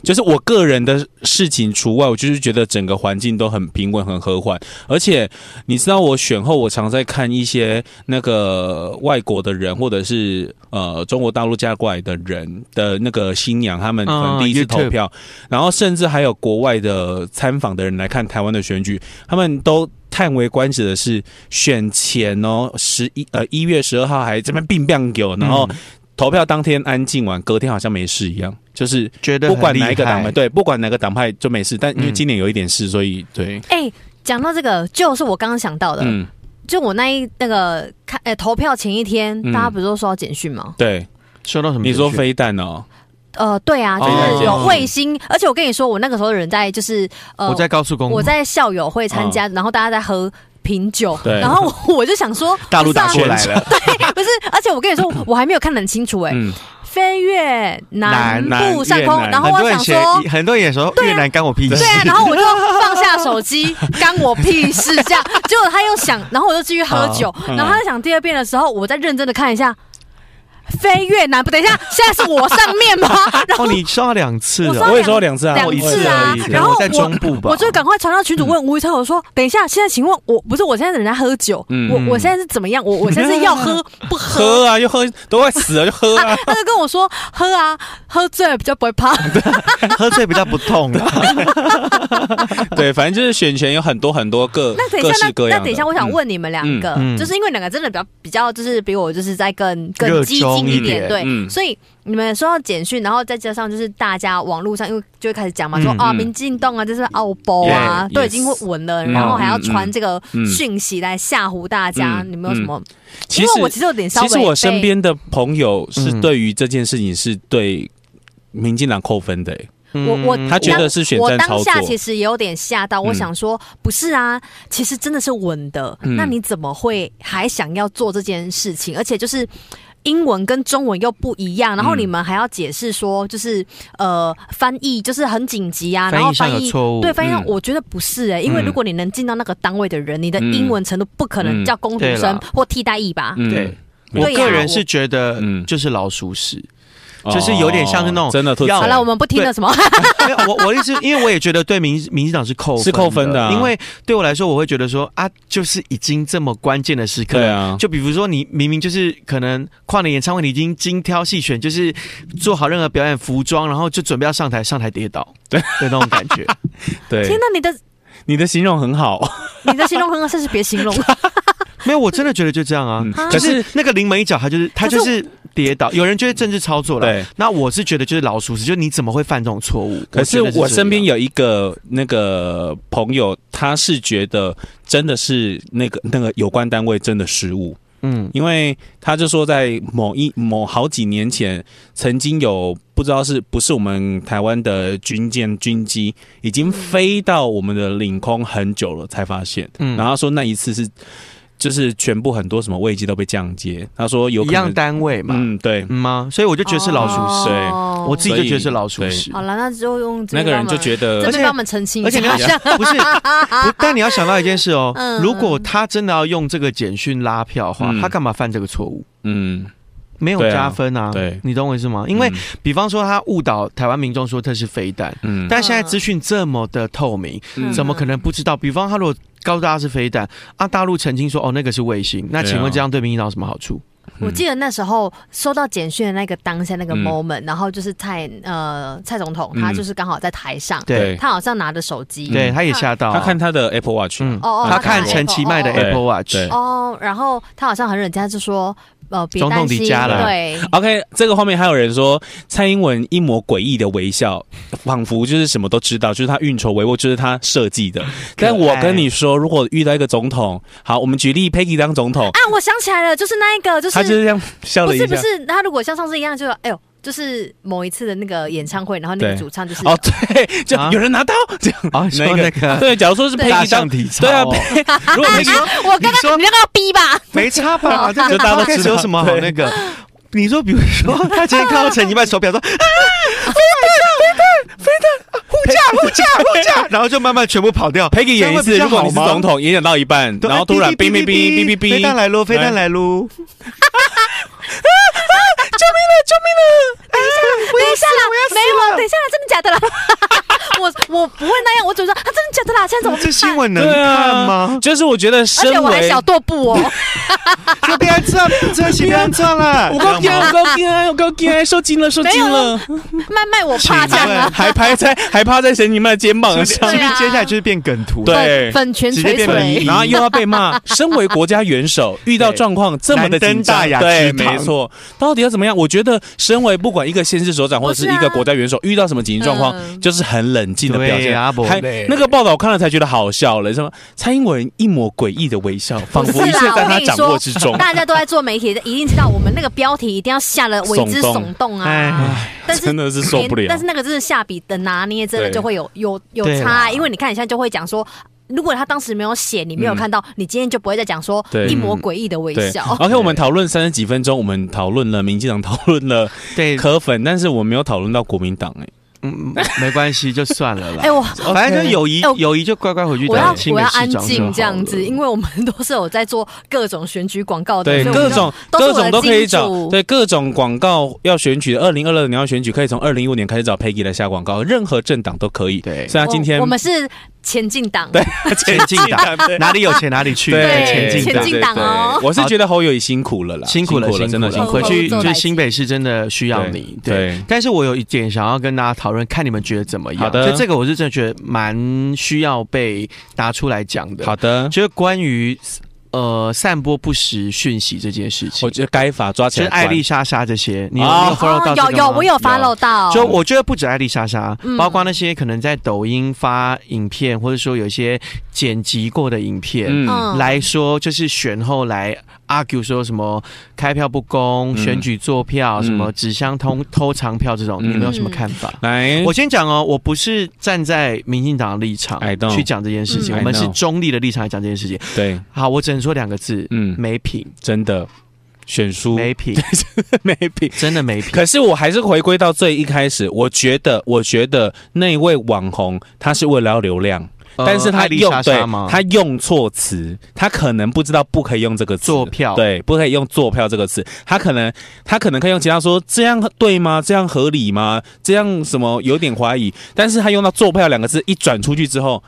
就是我个人的事情除外，我就是觉得整个环境都很平稳、很和缓。而且你知道，我选后我常在看一些那个外国的人，或者是呃中国大陆嫁过来的人的那个新娘，他们可嗯能第一次 YouTube 投票，然后甚至还有国外的参访的人来看台湾的选举，他们都。叹为观止的是，选前哦，十一呃一月十二号还这边病病狗，然后嗯投票当天安静完，隔天好像没事一样，就是觉得不管很厉哪一个党派，害对，不管哪个党派就没事。但因为嗯今年有一点事，所以对，哎、讲到这个，就是我刚刚想到的，嗯，就我那一那个看，呃、投票前一天，嗯大家不是都收到简讯吗？对，收到什么你简讯？说飞弹哦，呃，对啊，就哦是有卫星，而且我跟你说，我那个时候人在就是呃，我在高速公路，我在校友会参加，然后大家在喝。品酒，对然后我我就想说，大陆不是啊 打过来了，不是，而且我跟你说，我还没有看得很清楚哎、嗯，飞越南南部上越空，南然后很我多人想写说，，很多人也说对啊越南干我屁事。对啊，然后我就放下手机，干我屁事这样。结果他又想，然后我就继续喝酒，嗯然后他在想第二遍的时候，我再认真的看一下。飞越南不，等一下，现在是我上面 吗？然后哦，你收到两次我收到了，我也说两次啊，两我一次啊而已然后我在中部吧，我就赶快传到群主问吴宇超，我说：“等一下，现在请问我不是我现在人在喝酒，嗯我我现在是怎么样？我我现在是要喝不喝 喝啊，又喝，都快死了就喝啊 啊？”他就跟我说：“喝啊，喝醉了比较不会怕。喝醉比较不痛啦。对，反正就是选权有很多很多个”那等一各下式，各那样的。那等一下，我想问你们两个，嗯嗯就是因为两个真的比较比较，就是比我就是在更更热激进衷一一点点，对，嗯所以。你们说到简讯，然后再加上就是大家网络上，因为就会开始讲嘛，说嗯啊，嗯民进党啊，这是澳包啊， Yeah，都 yes 已经会稳了，嗯然后还要嗯嗯传这个嗯讯息来吓唬大家，嗯你们有什么嗯因其实为我其实有点稍微其实我身被边的朋友是嗯对于这件事情是对民进党扣分的、欸我我嗯他觉得是选我战当操作下。其实也有点吓到，我嗯想说不是啊，其实真的是稳的，嗯那你怎么会还想要做这件事情？而且就是。英文跟中文又不一样，然后嗯你们还要解释说，就是、呃，翻译就是很紧急啊，然翻后译上翻有译错误对翻译上嗯我觉得不是哎、因为嗯如果你能进到那个单位的人，你的嗯英文程度不可能嗯叫工读对啦生或替代役吧？嗯对 啊对我呀个人是觉得嗯，就是老鼠屎。就是有点像是那种哦真的吐要槽好了，我们不听了什么， 啊没有我我的意思，因为我也觉得对民民进党是扣是扣分的啊因为对我来说，我会觉得说啊，就是已经这么关键的时刻对了。 啊，就比如说，你明明就是可能跨年演唱会，你已经精挑细选，就是做好任何表演服装，然后就准备要上台，上台跌倒，对的那种感觉。 天对，哪，你的你的形容很好，你的形容很好，甚至别 形容。没有，我真的觉得就这样啊嗯。啊可可是是那个临门一脚，他就是他可是就是跌倒。有人觉得政治操作了，对，那我是觉得就是老鼠屎，就是你怎么会犯这种错误？可是我觉得我这身边样有一个那个朋友，他是觉得真的是那个那个有关单位真的失误，嗯因为他就说在某一某好几年前，曾经有不知道是不是我们台湾的军舰军机已经飞到我们的领空很久了，才发现。嗯然后他说那一次是就是全部很多什么位机都被降阶，他说有一可样能，单位嘛，嗯，对，嗯吗？所以我就觉得是老鼠屎。对哦我自己就觉得是老鼠屎。好了，那就用这那边个人就帮忙觉得这边帮我们澄清一而且下，你要想，不 是，不但你要想到一件事哦嗯，如果他真的要用这个简讯拉票的话，嗯他干嘛犯这个错误？嗯，没有对啊加分啊，对你懂我意思吗？因为嗯比方说他误导台湾民众说这是飞弹，嗯但现在资讯这么的透明，嗯怎么可能不知道？比方他如果告诉大家是飞弹，啊，大陆澄清说哦那个是卫星，那对啊请问这样对民进党有什么好处？我记得那时候收到简讯的那个当下那个嗯 moment，、然后就是蔡呃蔡总统，嗯他就是刚好在台上，对他好像拿着手机，对，他也吓到啊，嗯他看他的 Apple Watch，啊嗯，哦哦他看他看陈其迈的哦 Apple，哦 Apple Watch，对哦，然后他好像很忍，他就说呃别总担统心，抵家了对，啊 OK，这个画面还有人说蔡英文一抹诡异的微笑，仿佛就是什么都知道，就是他运筹帷幄，就是他设计 的。但我跟你说，如果遇到一个总统，好，我们举例 Peggy 当总统，啊，我想起来了，就是那一个，就是他就是这样笑不了一是不下。是，他如果像上次一样，就哎呦，就是某一次的那个演唱会，然后那个对主唱就是哦，对，就啊有人拿刀这样。啊，说那个那个对，假如说是对大 Peggy 当象，体操，对啊， 如果 Peggy 啊我刚你说刚你那个要逼吧，没差 吧？这个就大家都知道 podcast 有什么好那个？你说，比如说，他今天看到陈一曼手 表说啊，飞弹，啊飞弹，飞弹，护驾，护驾，护驾，然后就慢慢全部跑掉。 Peggy 演一次，这样如会比较好果你是吗总统，演演到一半，对然后突然哔哔哔哔哔哔哔飞弹哔，来喽，飞弹来喽，等一下啦，没有，等一下啦，真的假的啦？ 我我不会那样，我只是说啊，真的假的啦，现在怎么办这新？闻能对看啊吗，？就是我觉得而身且我还为小跺步哦，就不要啊这样，这起不要这样了。 我够这惊，样吗我够惊，我够惊， 受惊了，受嗯没有惊了。慢慢我趴这样啊，还拍在还趴在神尼曼的肩膀是上啊不，是 对啊接下来就是变梗图？对粉粉拳直接捶变成捶一。然后又要被骂。身为国家元首，遇到状况这么的紧难登大 张，雅对，之堂没错。到底要怎么样？我觉得，身为不管一个县市首长或者是一不是个啊国家元首，遇到什么紧急状况，嗯就是很冷静的表对现。啊不还嘞那个报道我看了才觉得好笑了，什么蔡英文一抹诡异的微笑，仿佛一切在他掌握之中。大家都在做媒体，一定知道我们那个标题一定要下了为之耸动耸动啊！哎，但是真的是受不了但是那个真的下笔的拿捏，真的对就会有有有对差，啊啦因为你看你现在就会讲说。如果他当时没有写，你没嗯有看到，你今天就不会再讲说对嗯一抹诡异的微对啊笑。 ，OK，我们讨论三十几分钟，我们讨论了民进党，讨 论了对， 柯粉，但是我没有讨论到国民党、哦哎，嗯，没关系，就算了啦。哎，我反正就友谊哎我，友谊就乖乖回去我要当新我的要市安长静 这样子，因为为我们 都是有在做各种选举广告的，对，所以我各们就种都是各我种的都可以找金，主对，各种广告要选举，二零二二年要选举，可以从二零一五年开始找 Peggy 来下广告，任何政党都可以。对所以他今天我我们是前进党，对前进党 哪里有钱哪里去，对前进前党。进党哦。我是觉得侯友谊辛苦了啦，辛苦了，辛真的辛苦回了。去做就是代志新北市真的需要对你。对对，但是我有一点想要跟大家讨论，看你们觉得怎么样。好的就这个我是真的觉得蛮需要被拿出来讲的。好，的，就是关于呃散播不实讯息这件事情我，觉得该法抓起就是来关。艾丽莎莎这些，你有哦你有 follow 到这有个吗？有，我有 follow 到，就我觉得不止艾丽莎莎嗯，包括那些可能在抖音发影片，或者说有一些剪辑过的影片。嗯，嗯来说，就是选后来 argue 说什么开票不公、嗯选举作票、嗯什么纸箱通偷藏票这种，嗯你们有什么看法？来，我先讲哦，我不是站在民进党的立场 I know 去讲这件事情，嗯我们 I know 是中立的立场来讲这件事情。对，好，我只能说两个字，嗯，没品，真的选书没 品，没品。真的没品。可是我还是回归到最一开始，我觉得，我觉得那一位网红他是为了要流量，但是呃艾他丽用莎对莎吗？他用错词，他可能不知道不可以用这个词坐票对，不可以用坐票这个词，他可能他可能可以用其他说这样对吗？这样合理吗？这样什么有点怀疑，但是他用到坐票两个字一转出去之后，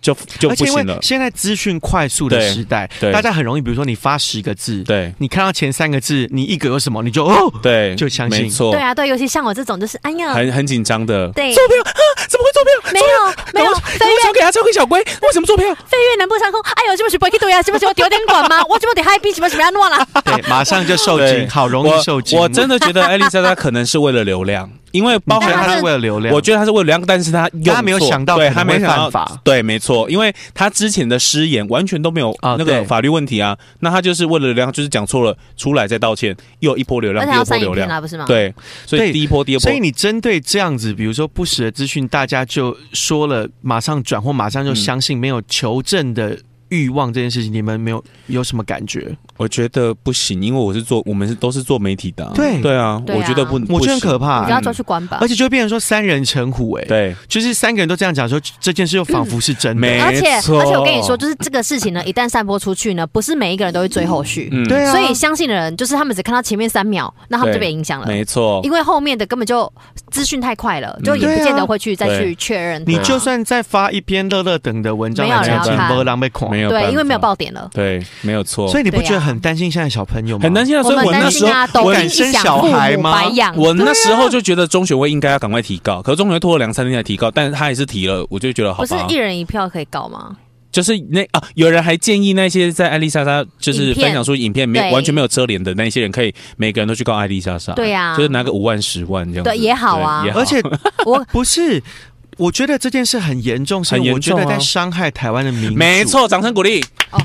就就而不且因行为了，现在资讯快速的对时代，对大家很容易，比如说你发十个字，对你看到前三个字，你一个有什么，你就哦，对， 就相信没错对，啊，对，尤其像我这种，就是哎呀，很很紧张的，对，坐票啊，怎么会坐票？没有没有，怎飞么跃交给他交给小龟？为什么坐票？飞跃南部上空，哎呦，是不是不会去对啊？是不是我丢点管吗？我这么得嗨逼，什么什么样乱啊啦？对，马上就受 对惊，好容易受惊。我我真的觉得艾丽莎她可能是为了 流量，因为包包含含但她他她嗯是为了流量，我觉得他是为了流量，但是他用错他没有想到对可能他没会想到犯法对，没错，因为他之前的失言完全都没有啊那个对法律问题啊，那他就是为了流量，就是讲错了，出来再道歉，又一波流量，而且第要二波删影流片量，啦，不是吗？对，所以对第一波、第二波所以，你针对这样子，比如说不实的资讯，大家就说了，马上转或马上嗯就相信，没有求证的欲望这件事情，你们没有有什么感觉？我觉得不行，因为我是做，我们是都是做媒体的啊，对对啊，对啊我觉得不，我觉得不很行可你怕就，要抓去关吧而。且就会变成说三人成虎，哎，啊对，嗯就是三个人都这样讲说，这件事又仿佛是真没的，而且而且错我跟你说，就是这个事情呢，一旦散播出去呢，不是每一个人都会追后续，嗯对啊，所以相信的人就是他们只看到前面三秒，那他们就被影响了，没错，因为后面的根本就资讯太快了，就也对啊不见得会去再嗯对啊去确认它。你就算再发一篇乐乐等的文章没有来澄人要清，看波浪被狂没，有办法，对，因为没有爆点了。对，没有错，所以你不对啊觉得很担心现在小朋友吗？很担心啊，我所以们我那担时心候啊，抖我音一敢生响，小父孩母吗白养。啊我那时候就觉得中选会应该要赶快提告，可是中选会拖了两三天才提告，但是他还是提了，我就觉得好不是吧一，人一票可以告吗？就是那啊，有人还建议那些在艾丽莎莎就是影片分享出影片没有对完全没有遮脸的那些人，可以每个人都去告艾丽莎莎，对啊就是拿个五万十万这样子，对也好啊对也好而 且我不是，我觉得这件事很严重，是很严我觉得重啊在伤害台湾的民主。没，错，掌声鼓励，哦好，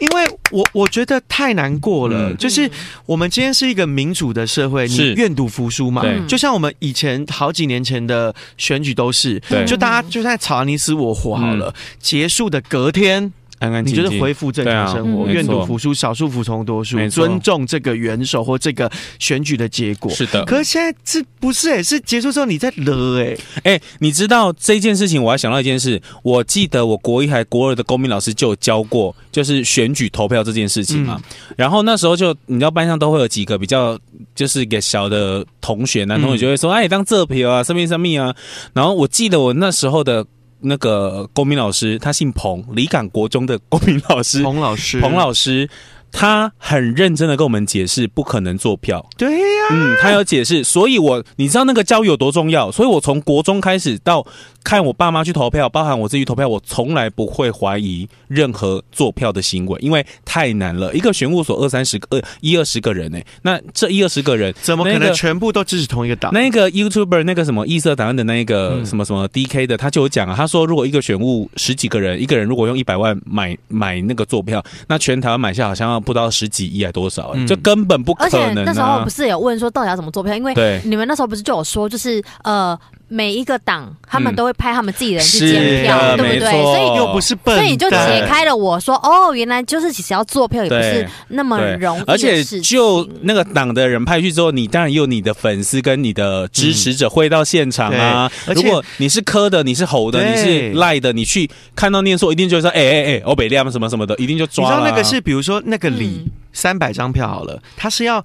因为我我觉得太难过了，嗯就是我们今天是一个民主的社会，是你愿赌服输嘛对？就像我们以前好几年前的选举都是。对，嗯就大家就在吵你死我活好了，结束的隔天，安安你静就是静，恢复正常生活，对啊嗯愿没赌错服输，少数服从多数没，错尊重这个元首或这个选举的结果。是的，可是现在这不是哎、是结束之后你在惹哎、哎、你知道这件事情，我还想到一件事。我记得我国一还国二的公民老师就有教过，就是选举投票这件事情嘛。嗯然后那时候就你知道班上都会有几个比较就是给小的同学，男同学就会说：“哎、当这票啊，生命生命啊。”然后我记得我那时候的那个公民老师，他姓彭，离港国中的公民老师彭老师，彭老师。他很认真的跟我们解释，不可能做票，对呀、嗯，他有解释，所以我你知道那个教育有多重要，所以我从国中开始到看我爸妈去投票，包含我自己投票，我从来不会怀疑任何做票的行为，因为太难了。一个选务所二三十个，呃一二十个人呢、那这一二十个人，怎么可那能个全部都支持同一个党？那个 YouTuber 那个什么异色档案的那一个嗯什么什么 DK 的，他就有讲啊，他说如果一个选务十几个人，一个人如果用一百万买买那个坐票，那全台湾买下好像要不到十几亿还多少、嗯就根本不而可且能那时候啊不。是有问说到底要怎么做票，因为对你们那时候不是就有说，就是呃，每一个党他们嗯都会派他们自己的人去是监的，票，对没不对？错，所以又不是笨所蛋，以你就解开了我说哦，原来就是其实要做票也不是对那么对容易而的且事情，就那个党的人派去之后，你当然也有你的粉丝跟你的支持者会到现场啊。嗯对而如且果你是磕的，你是吼的，对你是赖的，你去看到念说，一定就会说，哎哎哎，欧北亮什么什么的，一定就你抓知了啊。道那个是，比如说那个礼嗯三百张票好了，他是要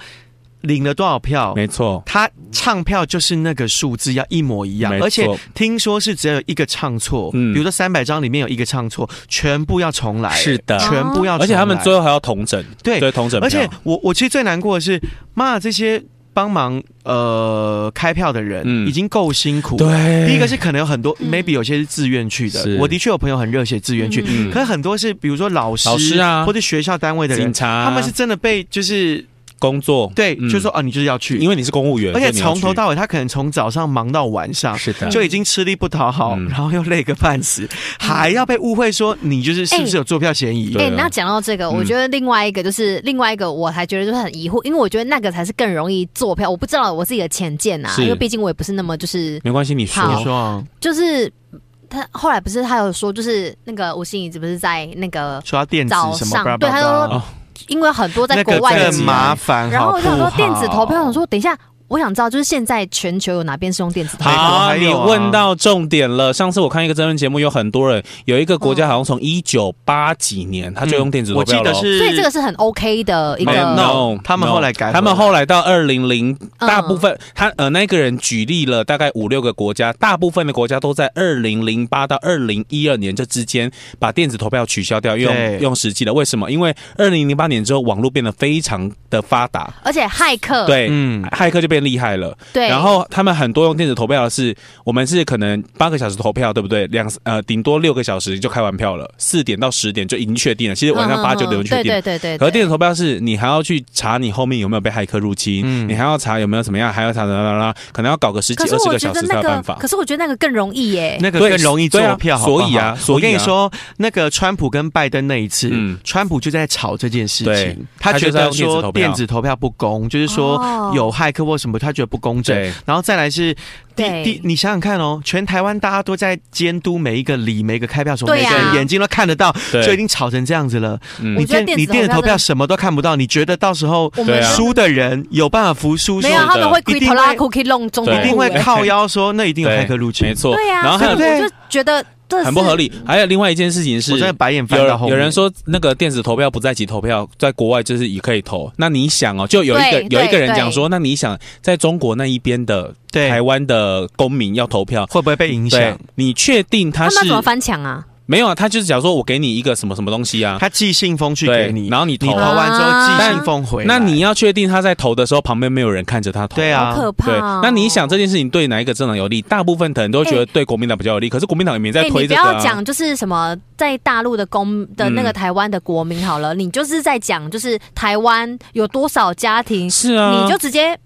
领了多少票？没错，他唱票就是那个数字要一模一样没，错而且听说是只有一个唱错，嗯比如说三百张里面有一个唱错，全部要重来，是的全部要重来，而且他们最后还要同整，对所以同整票，而且我我其实最难过的是，妈这些帮忙呃开票的人、嗯已经够辛苦。，对，第一个是可能有很多、嗯 maybe 有些是自愿去是的，我的确有朋友很热血自愿去，嗯可是很多是比如说老师老师啊或者学校单位的人警，察，他们是真的被就是工作，对，啊嗯就说哦、你就是要去，因为你是公务员，而且所以你要从头去到尾他可能从早上忙到晚上。是的，就已经吃力不讨好，嗯然后又累个半死，还要被误会说你就是是不是有坐票嫌疑？对哎、啊那讲到这个，我嗯觉得另外一个就是、另外一个，我还觉得就是很疑惑，因为我觉得那个才是更容易做票。我不知道我自己的浅见呐、是因为毕竟我也不是那么就是没关系，你说好你说啊，就是他后来不是他有说，就是那个吴欣怡不是在那个，说要电子什早么上巴拉对巴拉他就说哦巴拉因为很多在那国个外的更人麻烦，然后我好想不说好电子投票，我想说等一下，我想知道就是现在全球有哪边是用电子投票？好，还你有啊问到重点了。上次我看一个真人节目，有很多人，有一个国家好像嗯从一九八几年他就用电子投我记票了得哦。是，所以这个是很 OK 的一没有个 no， No，他们 no 嗯后来改回来他们后来到二零零，嗯大部分他呃那个人举例了大概五六个国家，大部分的国家都在二零零八到二零一二年这之间把电子投票取消掉，对用用实际的。为什么？因为二零零八年之后网络变得非常的发达，而且骇客对，嗯，骇客就变厉害了。对，然后他们很多用电子投票的是，我们是可能八个小时投票，对不对？两呃，顶多六个小时就开完票了，四点到十点就已经确定了。其实嗯晚上八九点就确定。对对对对，可是电对子投票是你还要去查你后面有没有被骇客入侵，嗯你还要查有没有怎么样，还要查啦啦啦，可能要搞个十几可二是十我个觉小得时才那有办个，法可。是我觉得那个更容易耶。那个对更容易做对啊票，好不好所以啊所以啊我跟你说，那个川普跟拜登那一次嗯，川普就在吵这件事对情，他他觉就是要得说用电子投票电子投票不公，就是说哦有骇客或什么，他觉得不公正。对，然后再来是第对第，你想想看哦，全台湾大家都在监督每一个里、每一个开票所，对每啊个人眼睛都看得到，对就已经吵成这样子了。嗯我你觉得电电子你电子投投票真票的什么都看不到，你觉得到时候我们对啊是输的人有办法服输，没有，他们会一 quick 定 to 会拉 cookie 弄中对啊一定会靠腰说那一定有骇客入侵没，错。对呀、然后所还以有对我就觉得这是很不合理。还有另外一件事情是，我真的白眼翻有到人后面。有人说那个电子投票不在籍投票，在国外就是也可以投。那你想哦，就有一个对有一个人对讲说，那你想在中国那一边的对台湾的公民要投票，会不会被影对响？，你确定他他们是要怎么翻墙啊？没有啊？他就是讲说我给你一个什么什么东西啊，他寄信封去对给你，，然后你你投投。啊完之后寄但信封回来，那你要确定他在投的时候旁边没有人看着他投。对好啊，可怕、对哦！，那你想这件事情对哪一个政党有利？大部分可能都觉得对国民党比较有利，可是国民党也没哎、在你推不这个啊。要讲就是什么在大陆的公的那个嗯台湾的国民好了，你就是在讲就是台湾有多少家庭，是啊，你就直接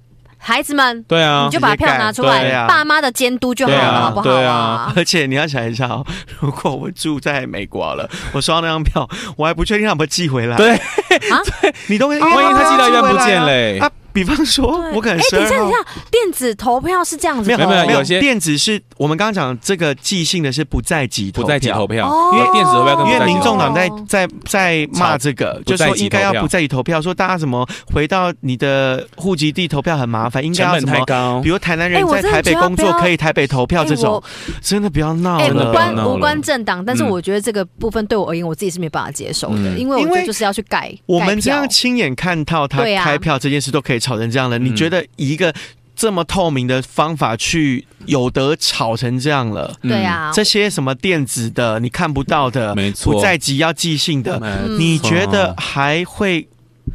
孩子们、对啊你，就把票拿出对来，啊爸妈的监督就好了，对啊好不好对啊啊？而且你要想一下哦， 如果我住在美国好了，我收到那张票，我还不确定他有没有寄回来。对 啊，你都会因为万一他寄到一半不见嘞寄回来啊。啊比方说，我可能哎、十等一二下，等一号下，电子投票是这样子哦没有投没有没有些电子是我们刚刚讲这个寄信的是不在籍投票，不在籍投票，哦因为电子投票跟不因为在籍民投众票党在在在骂这个，就说应该要不在意投票，说大家什么回到你的户籍地投票很麻烦，应该成要本什太么，高比。如台南哎人我在台真的北觉得工不作要可以台北投票，哎这种我真的不要闹哎、哦真的无了。不要关闹了无关政党，但是嗯我觉得这个部分对我而言，我自己是没办法接受的，嗯因为我因觉得为就是要去改。我改们这票样亲眼看到他对啊开票这件事都可以吵成这样了，你嗯觉得一个这么透明的方法去有得吵成这样了？嗯对啊，这些什么电子的你看不到的，没错不在籍要寄信的，嗯你觉得还会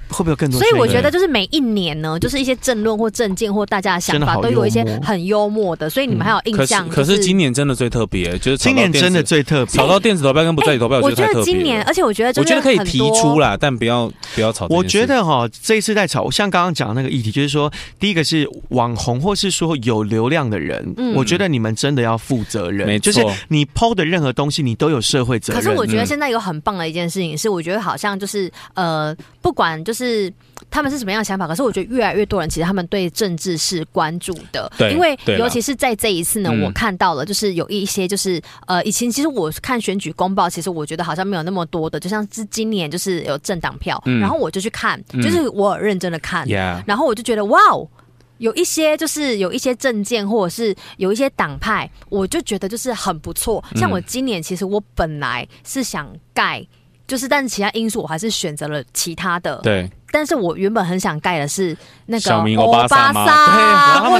会不会有更多所声以音？我觉得就是每一年呢，就是一些政论或政见或大家的想真的法好都有一些幽默很幽默的，所以你们还有印可是象。可嗯就是今年真的最特别，就是今年真的最特别炒。到电子投票跟不在籍投票，哎我觉觉得太得特别今了年，而且我觉得就我是觉得可以很提多出啦，但不要不要吵这件我事。觉得哈，这一次在炒，像刚刚讲那个议题，就是说，第一个是网红或是说有流量的人，嗯我觉得你们真的要负责没任，就错是你抛的任何东西，你都有社会责可任。是我觉得嗯现在有很棒的一件事情是，我觉得好像就是呃，不管就是他们是什么样的想法，可是我觉得越来越多人其实他们对政治是关注的，对因为对啦尤其是在这一次呢，嗯我看到了就是有一些就是呃，以前其实我看选举公报，其实我觉得好像没有那么多的，就像是今年就是有政党票，嗯然后我就去看，就是我有认真的看， ，Yeah，然后我就觉得哇哦。有一些就是有一些政见，或者是有一些党派，我就觉得就是很不错。嗯像我今年其实我本来是想盖，就是但是其他因素我还是选择了其他的。对，但是我原本很想盖的是那个小明欧巴桑桑，嘛对我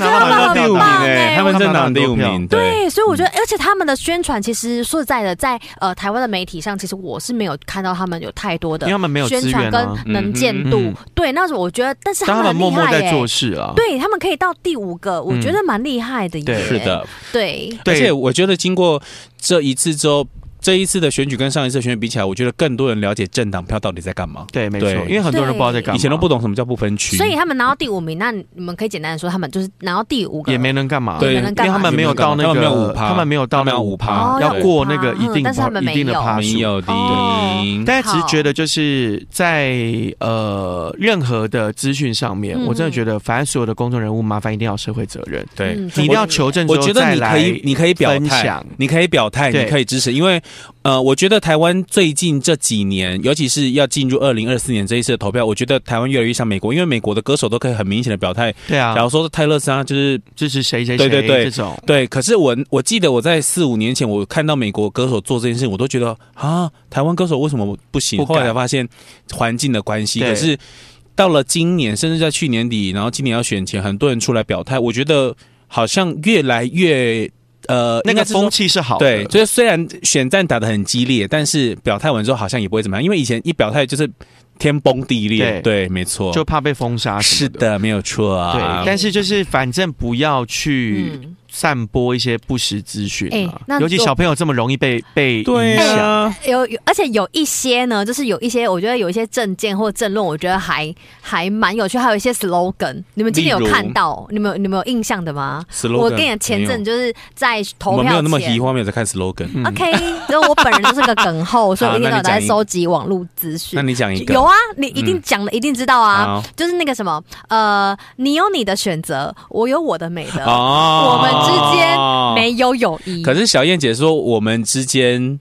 觉得他们拿到很第五名棒欸哎、他我们政党第五名，对，对，所以我觉得，而且他们的宣传，其实说实在的，在呃台湾的媒体上，其实我是没有呃看到他们有太多的因为他们没有宣资传源啊，跟能见度。嗯嗯对，那时候我觉得，但是但他他们们很厉默默害欸耶、在做事啊。对他们可以到第五嗯个，我觉得蛮厉害的耶。对是的，对，而且对，我觉得经过这一次之后，这一次的选举跟上一次的选举比起来，我觉得更多人了解政党票到底在干嘛。对，没错，对因为很多人不知道在干嘛，以前都不懂什么叫不分区，所以他们拿到第五名，那你们可以简单的说，他们就是拿到第五个，也没能干嘛，对因为他们没有到那他个，们没有五趴他们没有到那个五哦趴，要要过那个一五趴嗯定但是他们没一定的有趴没数。有的。嗯哦但其实好觉得就是在呃任何的资讯上面，嗯我真的觉得，反正所有的公众人物，麻烦一定要有社会责任，对，嗯你一定要求证之我后觉得再你来可以，你可以表分态享，你可以表态，对你可以支持，因为呃，我觉得台湾最近这几年，尤其是要进入二零二四年这一次的投票，我觉得台湾越来越像美国，因为美国的歌手都可以很明显的表态，对啊假，如说泰勒斯啊，就是支持谁谁对谁对对这种，对，可是我我记得我在四五年前，我看到美国歌手做这件事情，我都觉得啊，台湾歌手为什么不行？不后敢来才发现环境的关系。对可是到了今年，甚至在去年底，然后今年要选前，很多人出来表态，我觉得好像越来越呃，那应该个是说风气是好的，对，就是虽然选战打得很激烈，但是表态完之后好像也不会怎么样，因为以前一表态就是天崩地裂，对对，没错，就怕被封杀什是么的。的，没有错对啊，。但是就是反正不要去嗯，散播一些不实资讯哎那啊，尤其就小朋友这么容易被被对影响。啊，有有，而且有一些呢，就是有一些，我觉得有一些政见或政论，我觉得还还蛮有趣，还有一些 slogan，你们今天例有如看到，你们有你们有印象的吗？ slogan 我跟你讲，前阵就是在投我没票有那么前移。花，没有在看 slogan。嗯 OK，因为我本人就是个梗后，所以我一天到 晚好啊那在你讲一收集网络资讯那。你讲一个嗯有啊，你一定讲了，一定知道啊。好就是那个什么，呃，你有你的选择，我有我的美德，哦我们之间没有友谊。可是小燕姐说我们之间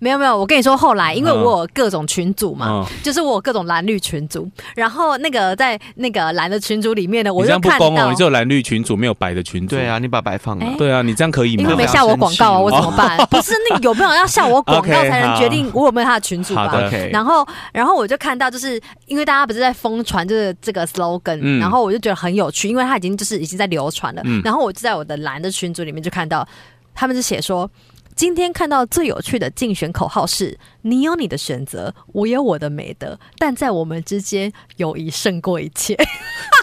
没有没有，我跟你说，后来因为嗯我有各种群组嘛，嗯就是我有各种蓝绿群组，然后那个在那个蓝的群组里面呢，我你这就样不看到，公哦，你只有蓝绿群组没有白的群组。对，啊，你把白放了哎。对啊，你这样可以因为吗？没下我广告啊，我怎么办？不是那个有没有要下我广告哦 OK，才能决定我有没有他的群主吧？好的 OK，然后，然后我就看到，就是因为大家不是在疯传就是这个 slogan，、嗯然后我就觉得很有趣，因为它已经就是已经在流传了。嗯然后我就在我的蓝的群组里面就看到，他们就写说，今天看到最有趣的竞选口号是：你有你的选择，我有我的美德，但在我们之间，友谊胜过一切。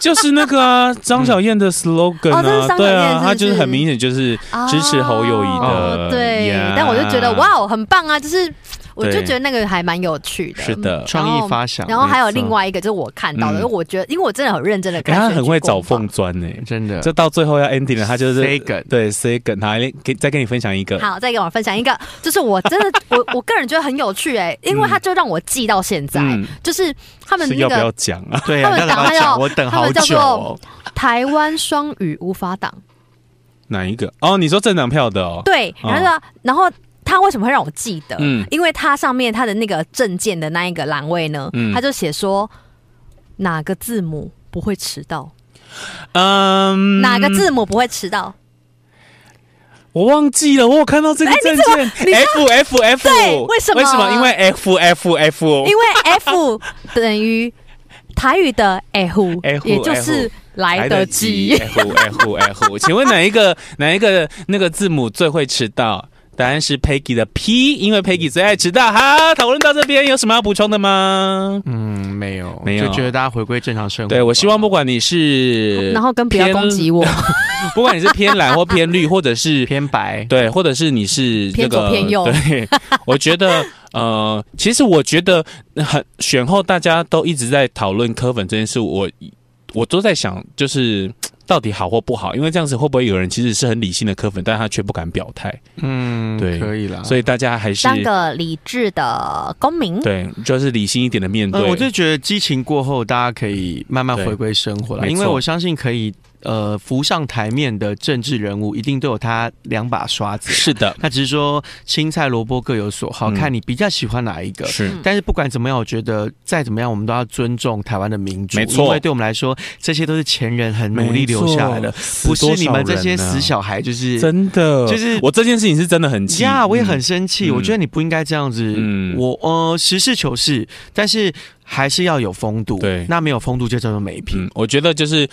就是那个啊，张小燕的 slogan 哦这是啊，对啊，张小燕是不是嗯她就是很明显就是支持侯友谊哦的。啊对 Yeah 但我就觉得哇，哦，很棒啊！就是我就对觉得那个还蛮有趣的，是的然后创意发想然后还有没错另外一个就是我看到的，嗯我觉得因为我真的很认真的哎，看，她很会找缝。钻呢。真的，这到最后要 ending 了，她就是塞梗对 say 梗，她给再跟你分享一个。好，再给我分享一个，就是我真的 我我个人觉得很有趣哎、因为他就让我记到现在，嗯就是他们是那要不要个讲啊？对啊，他们要党把它还有讲，我等好他们久叫哦做。台湾双语无法 挡，哪一个？哦，你说政党票的哦。对，然后、然后他为什么会让我记得？嗯因为他上面他的那个证件的那一个栏位呢，嗯他就写说哪个字母不会迟到，嗯，哪个字母不会迟到。我忘记了，我有看到这个证你件，F F F，对为什么为什么？因为 F F F，因为 F 等于台语的 F， F，也就是来得及。 F F F，请问哪一个哪一个那个字母最会迟到？答案是 Peggy 的 P，因为 Peggy 最爱迟到。好，讨论到这边，有什么要补充的吗？嗯，没有，没有就觉得大家回归正常生活吧。对，我希望不管你是，然后跟不要攻击我， 不管你是偏蓝或偏绿，或者是偏白，对，或者是你是、这偏左个偏右 对，我觉得呃，其实我觉得很选后大家都一直在讨论科粉这件事，我我都在想，就是到底好或不好，因为这样子会不会有人其实是很理性的科粉，但他却不敢表态？嗯，对可以啦。所以大家还是啊当个理智的公民。对，就是理性一点的面对。呃，我就觉得激情过后，大家可以慢慢回归生活了，对没因错为我相信可以呃浮上台面的政治人物，一定都有他两把刷子。是的，那只是说青菜萝卜各有所好，嗯看你比较喜欢哪一嗯个。是但嗯是不管怎么样，我觉得再怎么样，我们都要尊重台湾的民主，没错因为对我们来说，这些都是前人很努力留下来的，，不是你们这些死小孩，就是啊真的，就是我这件事情是真的很气呀，我也很生气，嗯我觉得你不应该这样子。嗯我呃，实事求是，但是还是要有风度。对那没有风度就叫做没品。嗯，我觉得就是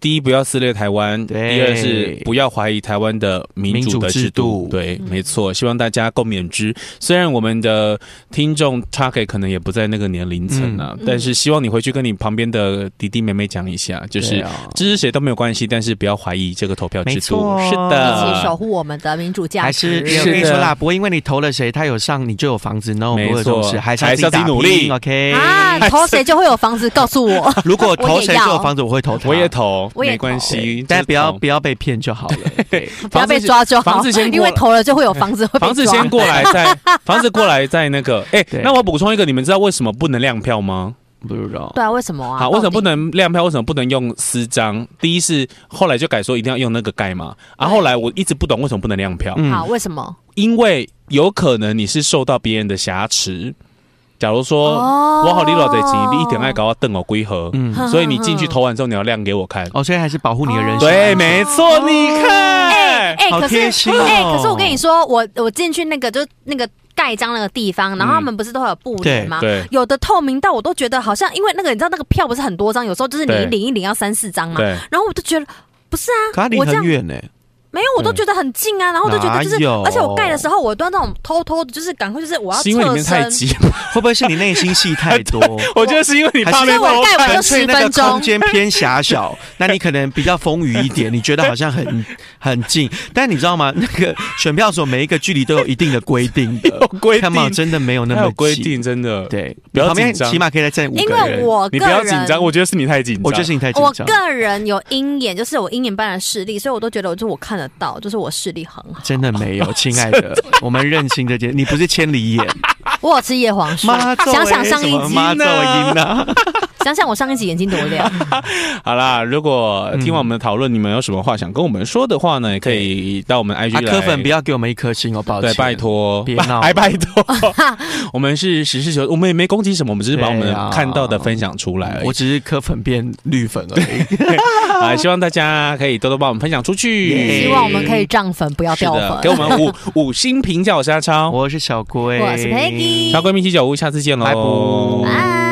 第一不要撕裂台湾，第对二是不要怀疑台湾的民主的制度民主制度。嗯对，没错，希望大家共勉之。虽然我们的听众 target 可能也不在那个年龄层啊，嗯但是希望你回去跟你旁边的弟弟妹妹讲一下，就对是。啊支持谁都没有关系，但是不要怀疑这个投票制没度。错是一起守的，护我们的民主价还是值。我是跟你说的啦，不会因为你投了谁，他有上你就有房子，no，没不会有这种错事，还是还是要自己自己打努拼力，OK？啊，投谁就会有房子，告诉 我。如果投我也谁要就有房子，我会投他。我也投，我也没关投对系，但不要就是投不要被骗就好 了。对，不要被抓就好，房子先过因为投了就会有房子会被抓。 房子先过来 再房子过来再那个。哎、对那我补充一个，你们知道为什么不能亮票吗？不知道。对啊，为什么啊？好，为什么不到底？能亮票？为什么不能用私章？第一是后来就改说一定要用那个盖嘛，啊，后来我一直不懂为什么不能亮票，好，为什么？因为有可能你是受到别人的挟持。假如说、哦我好你老贼钱，你一点爱搞到瞪我龟合，嗯，哼所以你进去投完之后你要亮给我看。哦，所以还是保护你的人生。对，没错，你哎看，哎，好可是贴心哦哎，可是我跟你说，我我进去那个就是那个盖章那个地方，然后他们不是都会有布帘吗？对有的透明到我都觉得好像，因为那个你知道那个票不是很多张，有时候就是你对一领一领要三四张嘛。对，然后我就觉得不是啊，可他离我这很样远呢。没有，我都觉得很近啊，然后我都觉得就是哪有，而且我盖的时候，我都要那种偷偷的，就是赶快就是我要是因为里侧面太身。挤，会不会是你内心戏太多？ 我觉得是因为你还是怕被所以我偷盖完纯就粹十那分个空钟，间偏狭小，那你可能比较丰腴一点，你觉得好像很很近，但你知道吗？那个选票所每一个距离都有一定的规定的，有规看嘛，定，真的没有那它么有规近，定，真的。对，不要旁边紧张起码可以再站五因个为人。我你个不要人，紧张，我觉得是你太紧张，我觉得是你太紧我张，个人有鹰眼，就是我鹰眼般的视力，所以我都觉得我就是我看得到，就是我视力 很好。真的没有，亲爱的，我们认清这件，你不是千里眼，我有吃叶黄素，妈作为啊想想上什一么集，妈咒音啊，想想我上一集眼睛多亮。 好啦，如果听完我们的讨论，你们有什么话想跟我们说的话呢？也可以到我们 IG 啊，来。柯粉不要给我们一颗星哦，抱对歉，，拜。托，别闹 哎，拜托，我们是实事求，我们也没攻击什么，我们只是把我对们啊看到的分享出来而已我。只是柯粉变绿粉而已。啊，希望大家可以多多帮我们分享出去。耶希望我们可以涨粉，不要是掉的，给粉。我们五五星评价，我是阿超，我是小龟，我是 Peggy，超闺蜜七九五，下次见拜喽，拜拜。